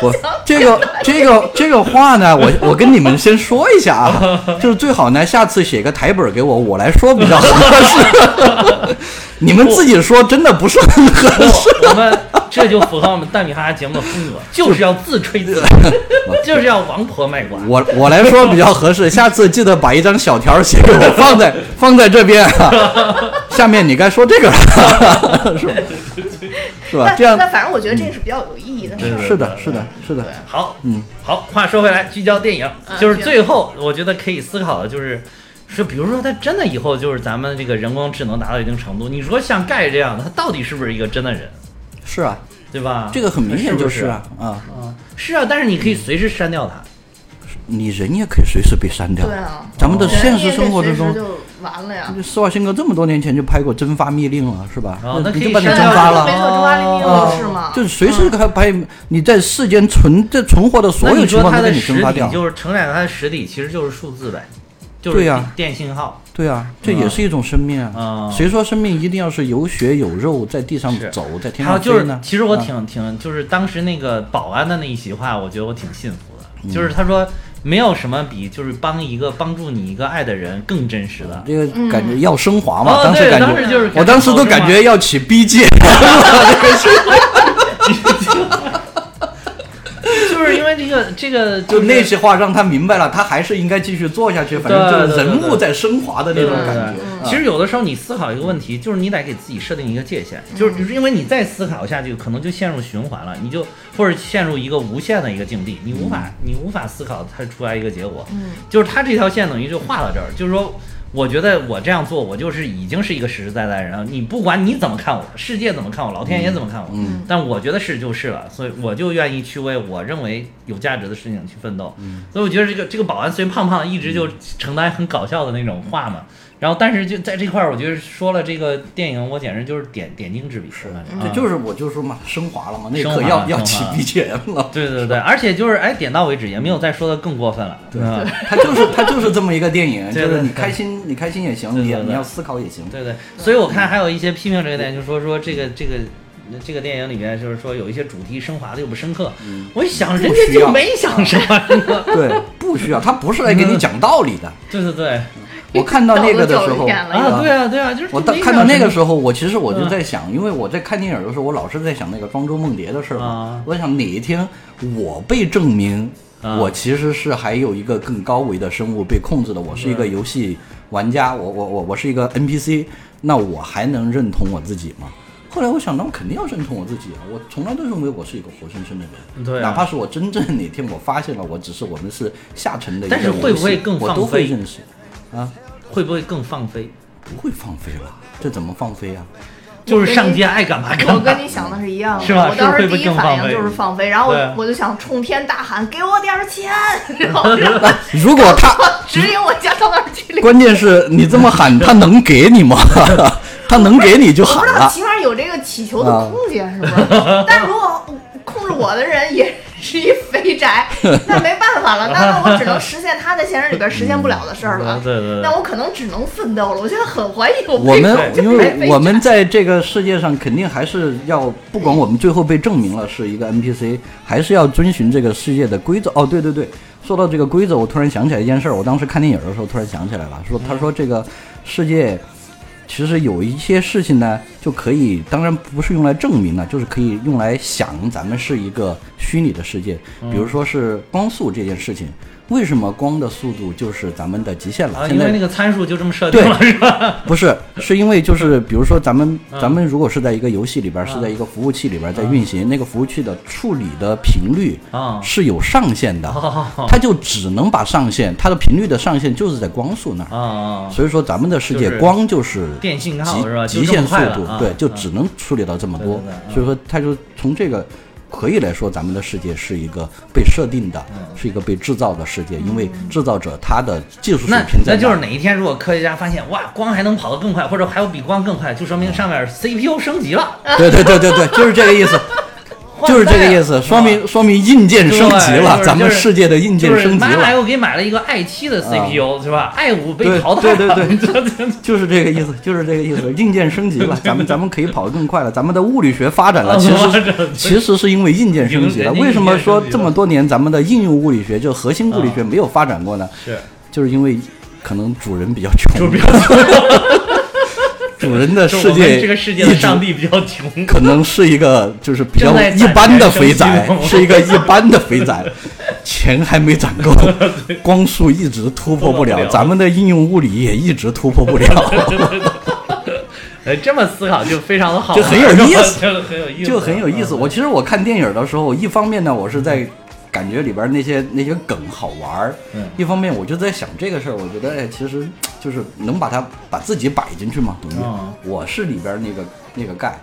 我
我
就想
这个这个这个话呢，我我跟你们先说一下啊，就是最好呢，下次写个台本给我，我来说比较合适。你们自己说，真的不是很合适。
不我们这就符合我们蛋米哈哈节目的风 格，就是要自吹 自擂，就是要王婆卖瓜。
我我来说比较合适，下次记得把一张小条写给我，放在放在这边啊。下面你该说这个了，是吧？是吧？
但
这样
但反正我觉得这是比较有意义的事儿。
是的，是的，是的。
好，
嗯，
好，话说回来，啊聚焦电影，
嗯
就是最后我觉得可以思考的就是。说，比如说，它真的以后就是咱们这个人工智能达到一定程度，你说像盖这样的，他到底是不是一个真的人，
是啊，
对吧？
这个很明显
不
就是啊嗯啊，
是啊，但是你可以随时删掉它。
你人也可以随时被删掉。
对啊，
咱们的
对啊
现
你
实
也
生活
得
之
随时
中，
就完了呀。
施瓦辛格这么多年前就拍过蒸发密令了，是吧？
哦，那可
你
以
就把你
删
蒸
掉
发
它
了
没。错中华黎明
啊
是吗
就是随时可以把你在世间存这存活的所
嗯那
有
你
情
说
况
它
都给
的
你
实
蒸发掉
体，就是承载它的实体，其实就是数字呗，就是
对呀
电信号。
对啊，这
嗯
也是一种生命啊
啊。
谁说生命一定要是有血有肉，在地上
是
走，在天
还有
上
就
飞
是
呢，？
其实我
啊
挺挺，就是当时那个保安的那一席话，我觉得我挺信服
嗯
的。就是他说，没有什么比就是帮一个帮助你一个爱的人更真实的。
这个感觉要升华嘛，
哦
当时
对
感
当时就是
觉，
感觉
我当时
好
都
升华
感觉要起 B 界，
就是因为这个这个
就是那些话让他明白了，他还是应该继续做下去，反正
对
就是
对对
人物
对
在升华的那
对
种
对对
感觉。啊
其实有的时候你思考一个问题，就是你得给自己设定一个界限，就是就是因为你再思考下去，可能就陷入循环了，你就或者陷入一个无限的一个境地，你无
嗯
法你无法思考它出来一个结果。
嗯，
就是他这条线等于就画到这儿，就是说。我觉得我这样做，我就是已经是一个实实在在的人了。你不管你怎么看我，世界怎么看我，老天爷怎么看我，
嗯
但我觉得是就是了，所以我就愿意去为我认为有价值的事情去奋斗。
嗯
所以我觉得这个这个保安虽胖胖，一直就承担很搞笑的那种话嘛。然后，但是就在这块儿，我觉得说了这个电影，我简直就是点点睛之笔。啊
这
是
就是我就说嘛，升华了嘛，那一
嗯升
刻
华
要
了
要
升
起
华了
BGM 了。
对对对，而且就是哎，点到为止，也没有再说的更过分了。嗯对吧
它就是它就是这么一个电影，就
对对
是你
对
开心你开心也行，
对对
你
对
你要思考也行。
对对，所以我看还有一些批评这个电影，就说说这个这个这个电影里面，就是说有一些主题升华的又不深刻。
嗯
我一想，人家
需要
就没想什么。
对，不需要，他不是来给你讲道理的。
对对对，
我看到那个的时
道德教育
候
片了
嗯啊，对啊对啊，就是嗯
我到
没
看到那个
想什
时候，我其实我就在想，因为我在看电影的时候，我老是在想那个庄周梦蝶的事儿嘛
啊。
我想哪一天我被证明，
啊
我其实是还有一个更高维的生物被控制的，我是一
嗯
个游戏玩家，我我我我是一个 NPC，那我还能认同我自己吗？后来我想，那我肯定要认同我自己啊！我从来都认为我是一个活生生的人，
对啊
哪怕是我真正哪天我发现了，我只是我们是下沉的一个
但是会不会
游戏
更
我
放
都会
飞
认识啊？
么会不会更放飞？
不会放飞了，这怎么放飞啊？
就是上街爱干嘛干嘛。
嗯我跟你想的是一样的，
是吧
我当
是
时
不是会
第一
更
反
放
应
飞
就是放飞，然后我
对
我就想冲天大喊：“给我点儿 钱！” 然后让
如果他
我指引我家到哪儿去领。
关键是你这么喊，他能给你吗？ 他能给你就
我不
喊
知道
了。啊
起码有这个祈求的空间，是不 是？但如果控制我的人也是一 肥宅，那没办法了，那那我只能实现他在现实里边实现不了的事儿了。
对对对
那我可能只能奋斗了。我现在很怀疑我
我
为什么
们
就
因
是肥
为
宅
我们在这个世界上肯定还是要，不管我们最后被证明了是一个 NPC，还是要遵循这个世界的规则。哦，对对对，说到这个规则，我突然想起来一件事儿，我当时看电影的时候突然想起来了，说他
嗯
说这个世界。其实有一些事情呢，就可以，当然不是用来证明的，啊就是可以用来想咱们是一个虚拟的世界。比
嗯
如说是光速这件事情，为什么光的速度就是咱们的极限了？
啊，
现
因
在
为那个参数就这么设定了，
对
是吧？
不是，是因为就是比如说咱们
嗯
咱们如果是在一个游戏里边儿，是在一个服务器里边儿在运行，那个服务器的处理的频率
啊
是有上限的，
哦
它就只能把上限，它的频率的上限就是在光速那儿。
哦，
所以说咱们的世界
就是
光就是
电信号是吧
极极
就这
限
么
速
快了
度
啊，
对，就
啊
只能处理到这么多
对对。对啊
所以说，它就从这个可以来说，咱们的世界是一个被设定的，
嗯
是一个被制造的世界，因为制造者他的技术水
那
平在
嗯那就是
儿
哪一天如果科学家发现哇，光还能跑得更快，或者还有比光更快，就说明上面 CPU 升级了，
对对对对对，就是这个意 思。就是这个意思，说明说明硬件 升级
啊对
了，
就是
咱们世界的硬件
就是
升级
妈妈
了，
又给买了一个 i 7的 CPU 是吧？i 5
对
被淘汰
对
了，
对对
对
就是这个意思，就是这个意思，硬件升级了， 咱们咱们可以跑得更快了，咱们的物理学发展了，其实是其实是因为硬件升级了。
硬件
为什么说
硬件升级啊
这么多年咱们的应用物理学就核心物理学没有发展过呢？
是
就是因为可能主人比较穷，
就比较
主人 的
就
世
我们
界，
这个世界的上帝比较穷，
可能是一个就是比较
正在
一般的肥
攒钱
仔
生，气
是一个一般的肥仔，钱还没攒 够，光速一直突破不
突破不
了，
了
咱们的应用物理也一直突破不 了，
呃，这么思考就非常的好玩，
就很有意思
就很有意思，
就很有意思。
嗯
我其实我看电影的时候，一方面呢，我是在感觉里边那些那些梗好玩儿
嗯，
一方面我就在想这个事儿，我觉得哎，其实就是能把它把自己摆进去吗？等于
嗯
我是里边那个那个盖。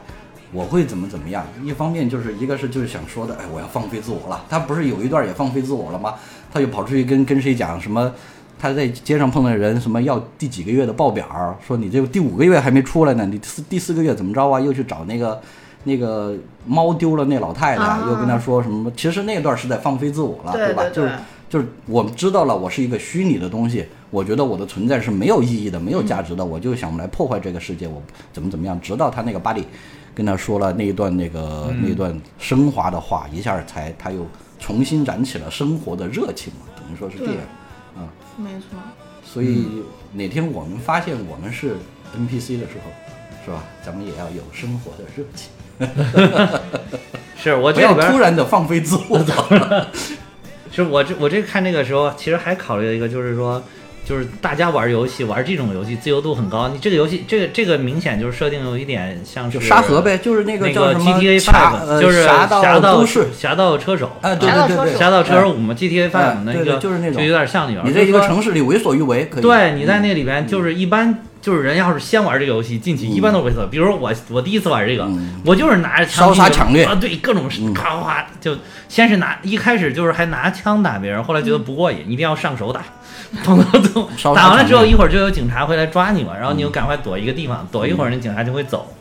我会怎么怎么样？一方面就是一个是就是想说的，哎，我要放飞自我了。他不是有一段也放飞自我了吗？他就跑出去跟跟谁讲什么，他在街上碰到人什么要第几个月的报表，说你这个第五个月还没出来呢，你第四第四个月怎么着啊？又去找那个那个猫丢了那老太太，
啊
又跟他说什么？其实那段是在放飞自我了，
对
吧？
对
就是
对
就是我们知道了，我是一个虚拟的东西，我觉得我的存在是没有意义的、没有价值的，我就想来破坏这个世界，我怎么怎么样。直到他那个巴里跟他说了那一段那个、
嗯
那一段升华的话，一下才他又重新燃起了生活的热情嘛，等于说是这样
对。没错，
所以哪天我们发现我们是 NPC 的时候，是吧？咱们也要有生活的热情，
是我
不
呃这里
要
边
突然的放飞自我。
是我这我这看这个时候，其实还考虑了一个，就是说，就是大家玩游戏玩这种游戏自由度很高，你这个游戏这个这个明显就是设定有一点像是
就沙盒。呗，就是那
那
叫什么
GTA
侠
Five
呃
就是
侠
侠
盗都市，
侠盗车手，
哎，对
侠盗
对对
车手
对，
侠盗车手五嘛，GTA
哎
Five 那
对对
个
就是那种
有点像里边。
你在一个
就是说
城市里嗯为所欲为，可以。
对，你在那里边就是一般就是人要是先玩这个游戏进去，一般都是猥琐。比如我我第一次玩这个
嗯，
我就是拿着枪
烧杀
进去
抢掠
啊，对，各种
嗯
咔哗就先是拿一开始就是还拿枪打别人，后来觉得不过瘾，一定要上手打， 砰砰砰
嗯烧杀
打完了
抢
之后
掠嗯
一会儿就有警察会来抓你嘛，然后你就赶快躲一个地方，躲一会儿那警察就会走，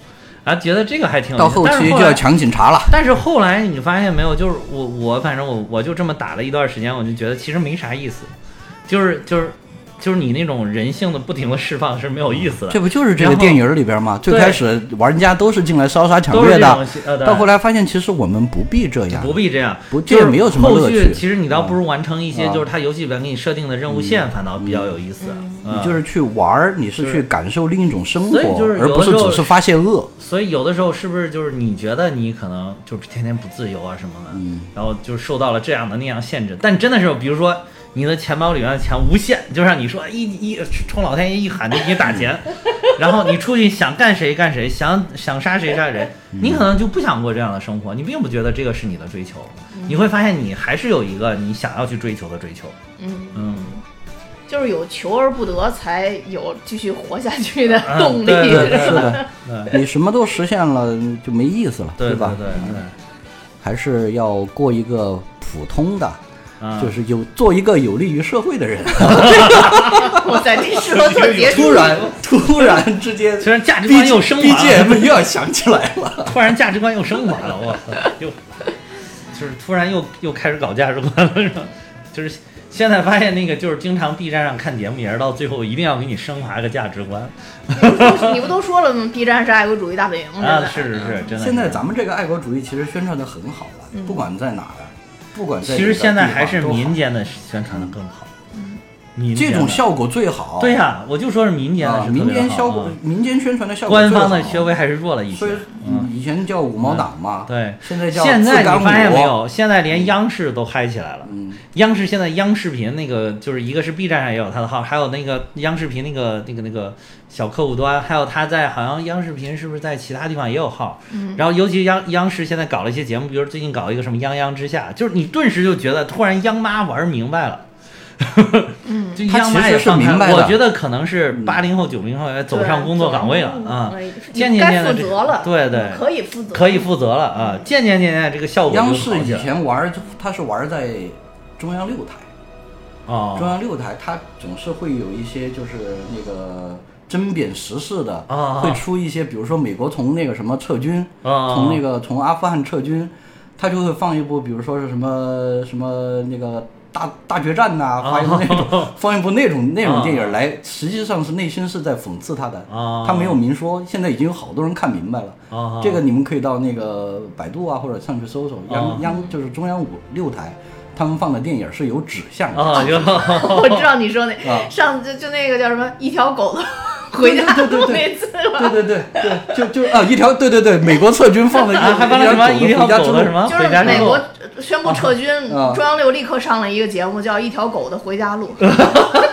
然后觉得这个还挺有意思。
到后
但是
期就
后来
要抢警察了。
但是后来你发现没有，就是我我反正我我就这么打了一段时间，我就觉得其实没啥意思，就是就是就是你那种人性的不停的释放是没有意思的
这，不就是这个
然后
电影里边吗？最
对
开始玩家都是进来烧杀抢
都是
掠
这
的
种，呃对
到后来发现其实我们不必这样，
不必这样，
不
就是
这也没有什么乐
后
趣
续其实你倒不如完成一些
啊
就是它游戏里边给你设定的任务线，反倒比较有意思，嗯
你嗯就是去玩儿，你是
是
去感受另一种生活
所以就是，
而
有
不
的
是
时候
只是发泄恶。
所以有的时候是不是就是你觉得你可能就是天天不自由啊什么的，
嗯
然后就受到了这样的那样限制，但真的是比如说你的钱包里面的钱无限， 就让你说一一冲老天爷一喊就给你打钱，然后你出去想干谁干谁，想想杀谁杀谁，你可能就不想过这样的生活，你并不觉得这个是你的追求，你会发现你还是有一个你想要去追求的追求，
嗯，
嗯，
就是有求而不得，才有继续活下去的
啊
动力。
对对对
是 的，
对
你什么都实现了就没意思了，
对对
嗯吧？
对
还是要过一个普通的，
对，啊
就是有做一个有利于社会的人。
我在这时候就 结
突
束。
然，突然之间，
虽然价值
B
观
G
又升
B
华
G
了。
M 又要想起来了。
突然价值观又升华了，我操，又就是突然又又开始搞价值观了，是吧？就是现在发现那个就是经常 B 站上看节目，也是到最后一定要给你升华个价值观
你不都说了吗？B 站是爱国主义大本营，真
啊！
的。
是是是，真的是。
现在咱们这个爱国主义其实宣传的很好了，
嗯
不管在哪儿，啊不管在
其
哪
实
个
现在
地方
还是
都好
民间的宣传的更好，民间
这
的
种效果最好。
对呀、我就说是民间的
啊，
是特别好、
民间效果
啊，
民间宣传的效果最
官
好，
方的稍微还是弱了一些
所以。
嗯，
以前叫五毛党嘛，
对。
现在叫
现在
自干
你
五
发现没有？现在连央视都嗨起来了。
嗯，
央视现在央视频那个就是一个是 B 站上也有他的号，还有那个央视频那个那个那个小客户端，还有他在好像央视频是不是在其他地方也有号？
嗯
然后尤其央央视现在搞了一些节目，比如最近搞一个什么《泱泱之下》，就是你顿时就觉得突然央妈玩明白了。
嗯，
就央妈也放开
他其实是明白
了，
的
我觉得可能是八零后、九零后也走上工作岗位了啊，
对走上
渐
你
渐渐
该
的
负
这
责了，
对对
可以负责，
可以负责了啊，渐渐渐渐这个效果就
央
好
视以
起来了
前玩儿，它是玩儿在中央六台，中
哦
央六台它总是会有一些就是那个针砭时事的，
啊
会出一些，比如说美国从那个什么撤军，
啊
从那个从阿富汗撤军，它就会放一部，比如说是什么什么那个。大大决战呐、
啊
放一部那种，放一部那种那种
啊
电影来，实际上是内心是在讽刺他的，
啊
他没有明说，现在已经有好多人看明白了，
啊
这个你们可以到那个百度啊，或者上去搜搜，
啊
央央就是中央五六台，他们放的电影是有指向的。
啊 就。
我知道你说那
啊
上就就那个叫什么一条狗的回家
对对
录
对对
那次吧。
对对对对，就就啊，一条对对对，美国撤军放了一
啊，还完了什么一
一
条
条
狗
狗
的
的回家之路
什么
就
回
是
家之
美
路
国呃宣布撤军，
啊
中央六立刻上了一个节目，叫《一条狗的回家路》，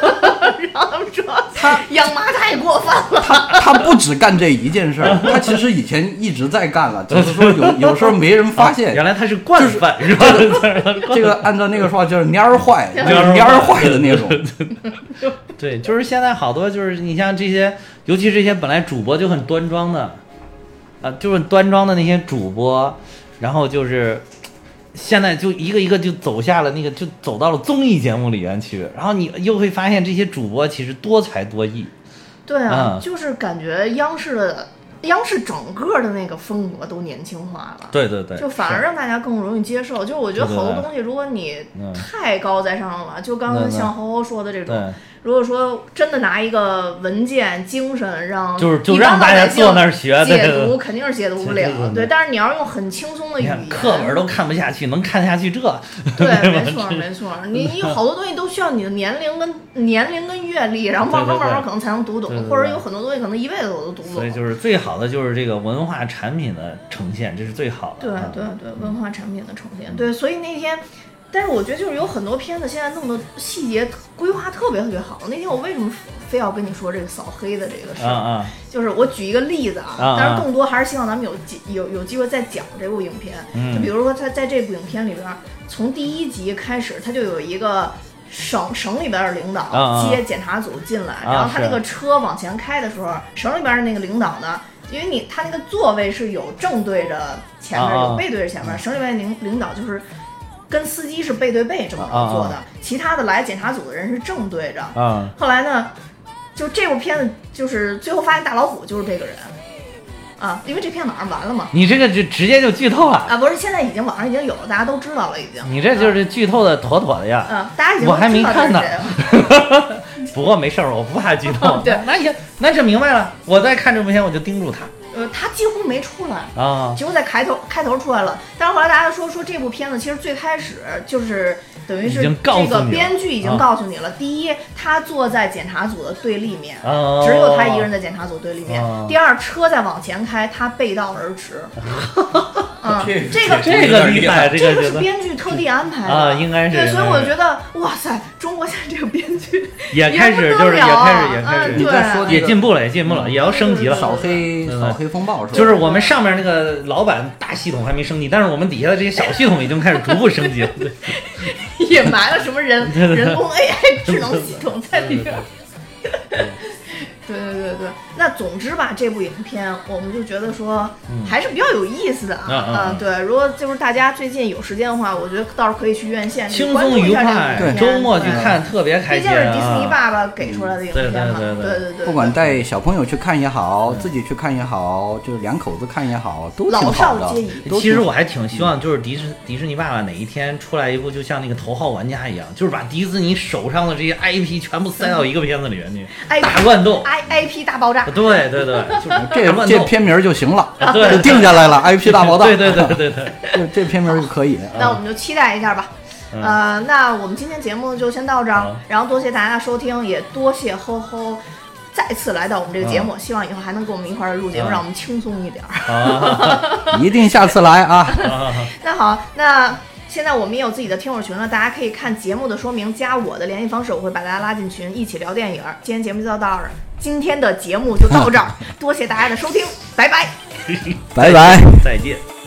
然后他们说 养妈太过分了，
他他不只干这一件事儿，他其实以前一直在干了，只是说有有时候没人发现。
啊原来他是惯犯是吧？
这个按照那个说法就是蔫儿坏，就是蔫儿坏的那种。
对，就是现在好多就是你像这些，尤其这些本来主播就很端庄的，啊，就是端庄的那些主播，然后就是现在就一个一个就走下了那个，就走到了综艺节目里面去，然后你又会发现这些主播其实多才多艺，
对啊，
嗯
就是感觉央视的央视整个的那个风格都年轻化了。
对对对
就反而让大家更容易接受，就是我觉得
对对
好多
对
东西，如果你
嗯
太高在上了，就刚
对
刚
对
像侯侯说的这种，
对，
如果说真的拿一个文件精神让
就是就
一般
让大家
老百姓
坐那儿学对
解
对
读
对
肯定是解读不
对对对
了，
对
对。但是你要用很轻松的语
你
言
看，课文都看不下去，能看下去这？
对，没错没错， 你你有好多东西都需要你的年龄跟年龄跟阅历，然后慢慢
对对对
慢慢可能才能读懂
对对，对
或者有很多东西可能一辈子我都读不
所以
懂。
就是最好的就是这个文化产品的呈现，这是最好的。
对
嗯
对对，文化产品的呈现，对，所以那天。但是我觉得就是有很多片子现在弄的细节规划特别特别好。那天我为什么非要跟你说这个扫黑的这个事儿？
啊啊，
就是我举一个例子啊，
啊啊
但是更多还是希望咱们有机有有机会再讲这部影片。
嗯
就比如说他在这部影片里边儿，从第一集开始，他就有一个省省里边的领导
啊啊
接检查组进来，
啊
然后他那
是
个车往前开的时候，省里边的那个领导呢。因为你他那个座位是有正对着前面，
啊啊
有背对着前面，省里边的领领导就是跟司机是背对背这么
啊啊
坐的，其他的来检查组的人是正对着，
啊，
后来呢，就这部片子就是最后发现大老虎就是这个人，啊，因为这片网上完了嘛，
你这个就直接就剧透了，
啊，不是现在已经网上已经有了，大家都知道了已经。
你这就是剧透的妥妥的呀。
嗯、大家已经
我还没看呢
都知道这是谁了
不过没事儿，我不怕剧透。
嗯对
那也那就明白了。我在看这部片，我就盯住他
呃，他几乎没出来，
啊。
结果在开头开头出来了。但是后来大家说说这部片子其实最开始就是等于是
已经告
这
诉你了
个编剧已经
啊
告诉你了，第一，他坐在检查组的对立面。
哦
只有他一个人在检查组对立面。
哦
第二，车在往前开，他背道而驰。
哦
嗯，这个
这个厉害，这
这
个
个
觉
是
得
编剧特地安排的
啊应该是
对，所以我
应该是
觉得，哇塞，中国现在这个编剧
也开始就是也开始也开
嗯对嗯
你
始
再说这个
也进步了，也进步了，也要升级了。
扫黑
对对
扫黑风暴是吧？
就是我们上面那个老板大系统还没升级，但是我们底下的这些小系统已经开始逐步 升级了。对
也埋了什么人
对对对
人工 AI 智能系统在里边。对对对对，那总之吧，这部影片我们就觉得说还是比较有意思的啊。
嗯嗯
啊
嗯
对，如果就是大家最近有时间的话，我觉得倒是可以去院线去
轻
关注
松
一
愉
下这部
快
影，片嗯
周末去
对
看特别开
毕
心
竟是迪士尼
啊！嗯
爸爸给出来的影片嘛，
对对对对
对对对，
不管带小朋友去看也好，自己去看也好，就是两口子看也好，都挺好
老
的
少皆宜。
都挺
其实我还挺希望，就是迪士迪士尼爸爸哪一天出来一部，就像那个头号玩家一样，就是把迪士尼手上的这些 IP 全部塞到一个片子里面去，
IP
大乱斗。
I I P 大爆炸，
对对对，就是大
这
乱
这
斗。啊
片名儿就行了，
对
就定下来了。IP 大爆炸，
对对对，对对，
这这片名儿就可以。
那我们就期待一下吧。
嗯
呃，那我们今天节目就先到这儿
好，
然后多谢大家收听，也多谢吼吼再次来到我们这个节目，希望以后还能跟我们一块儿录节目，
嗯
让我们轻松一点儿。
一定下次来啊！
那好，那现在我们也有自己的听友群了，大家可以看节目的说明，加我的联系方式，我会把大家拉进群，一起聊电影儿。今天节目就到这儿，今 天的节目就到这儿，多谢大家的收听，拜拜。
拜拜。
再见。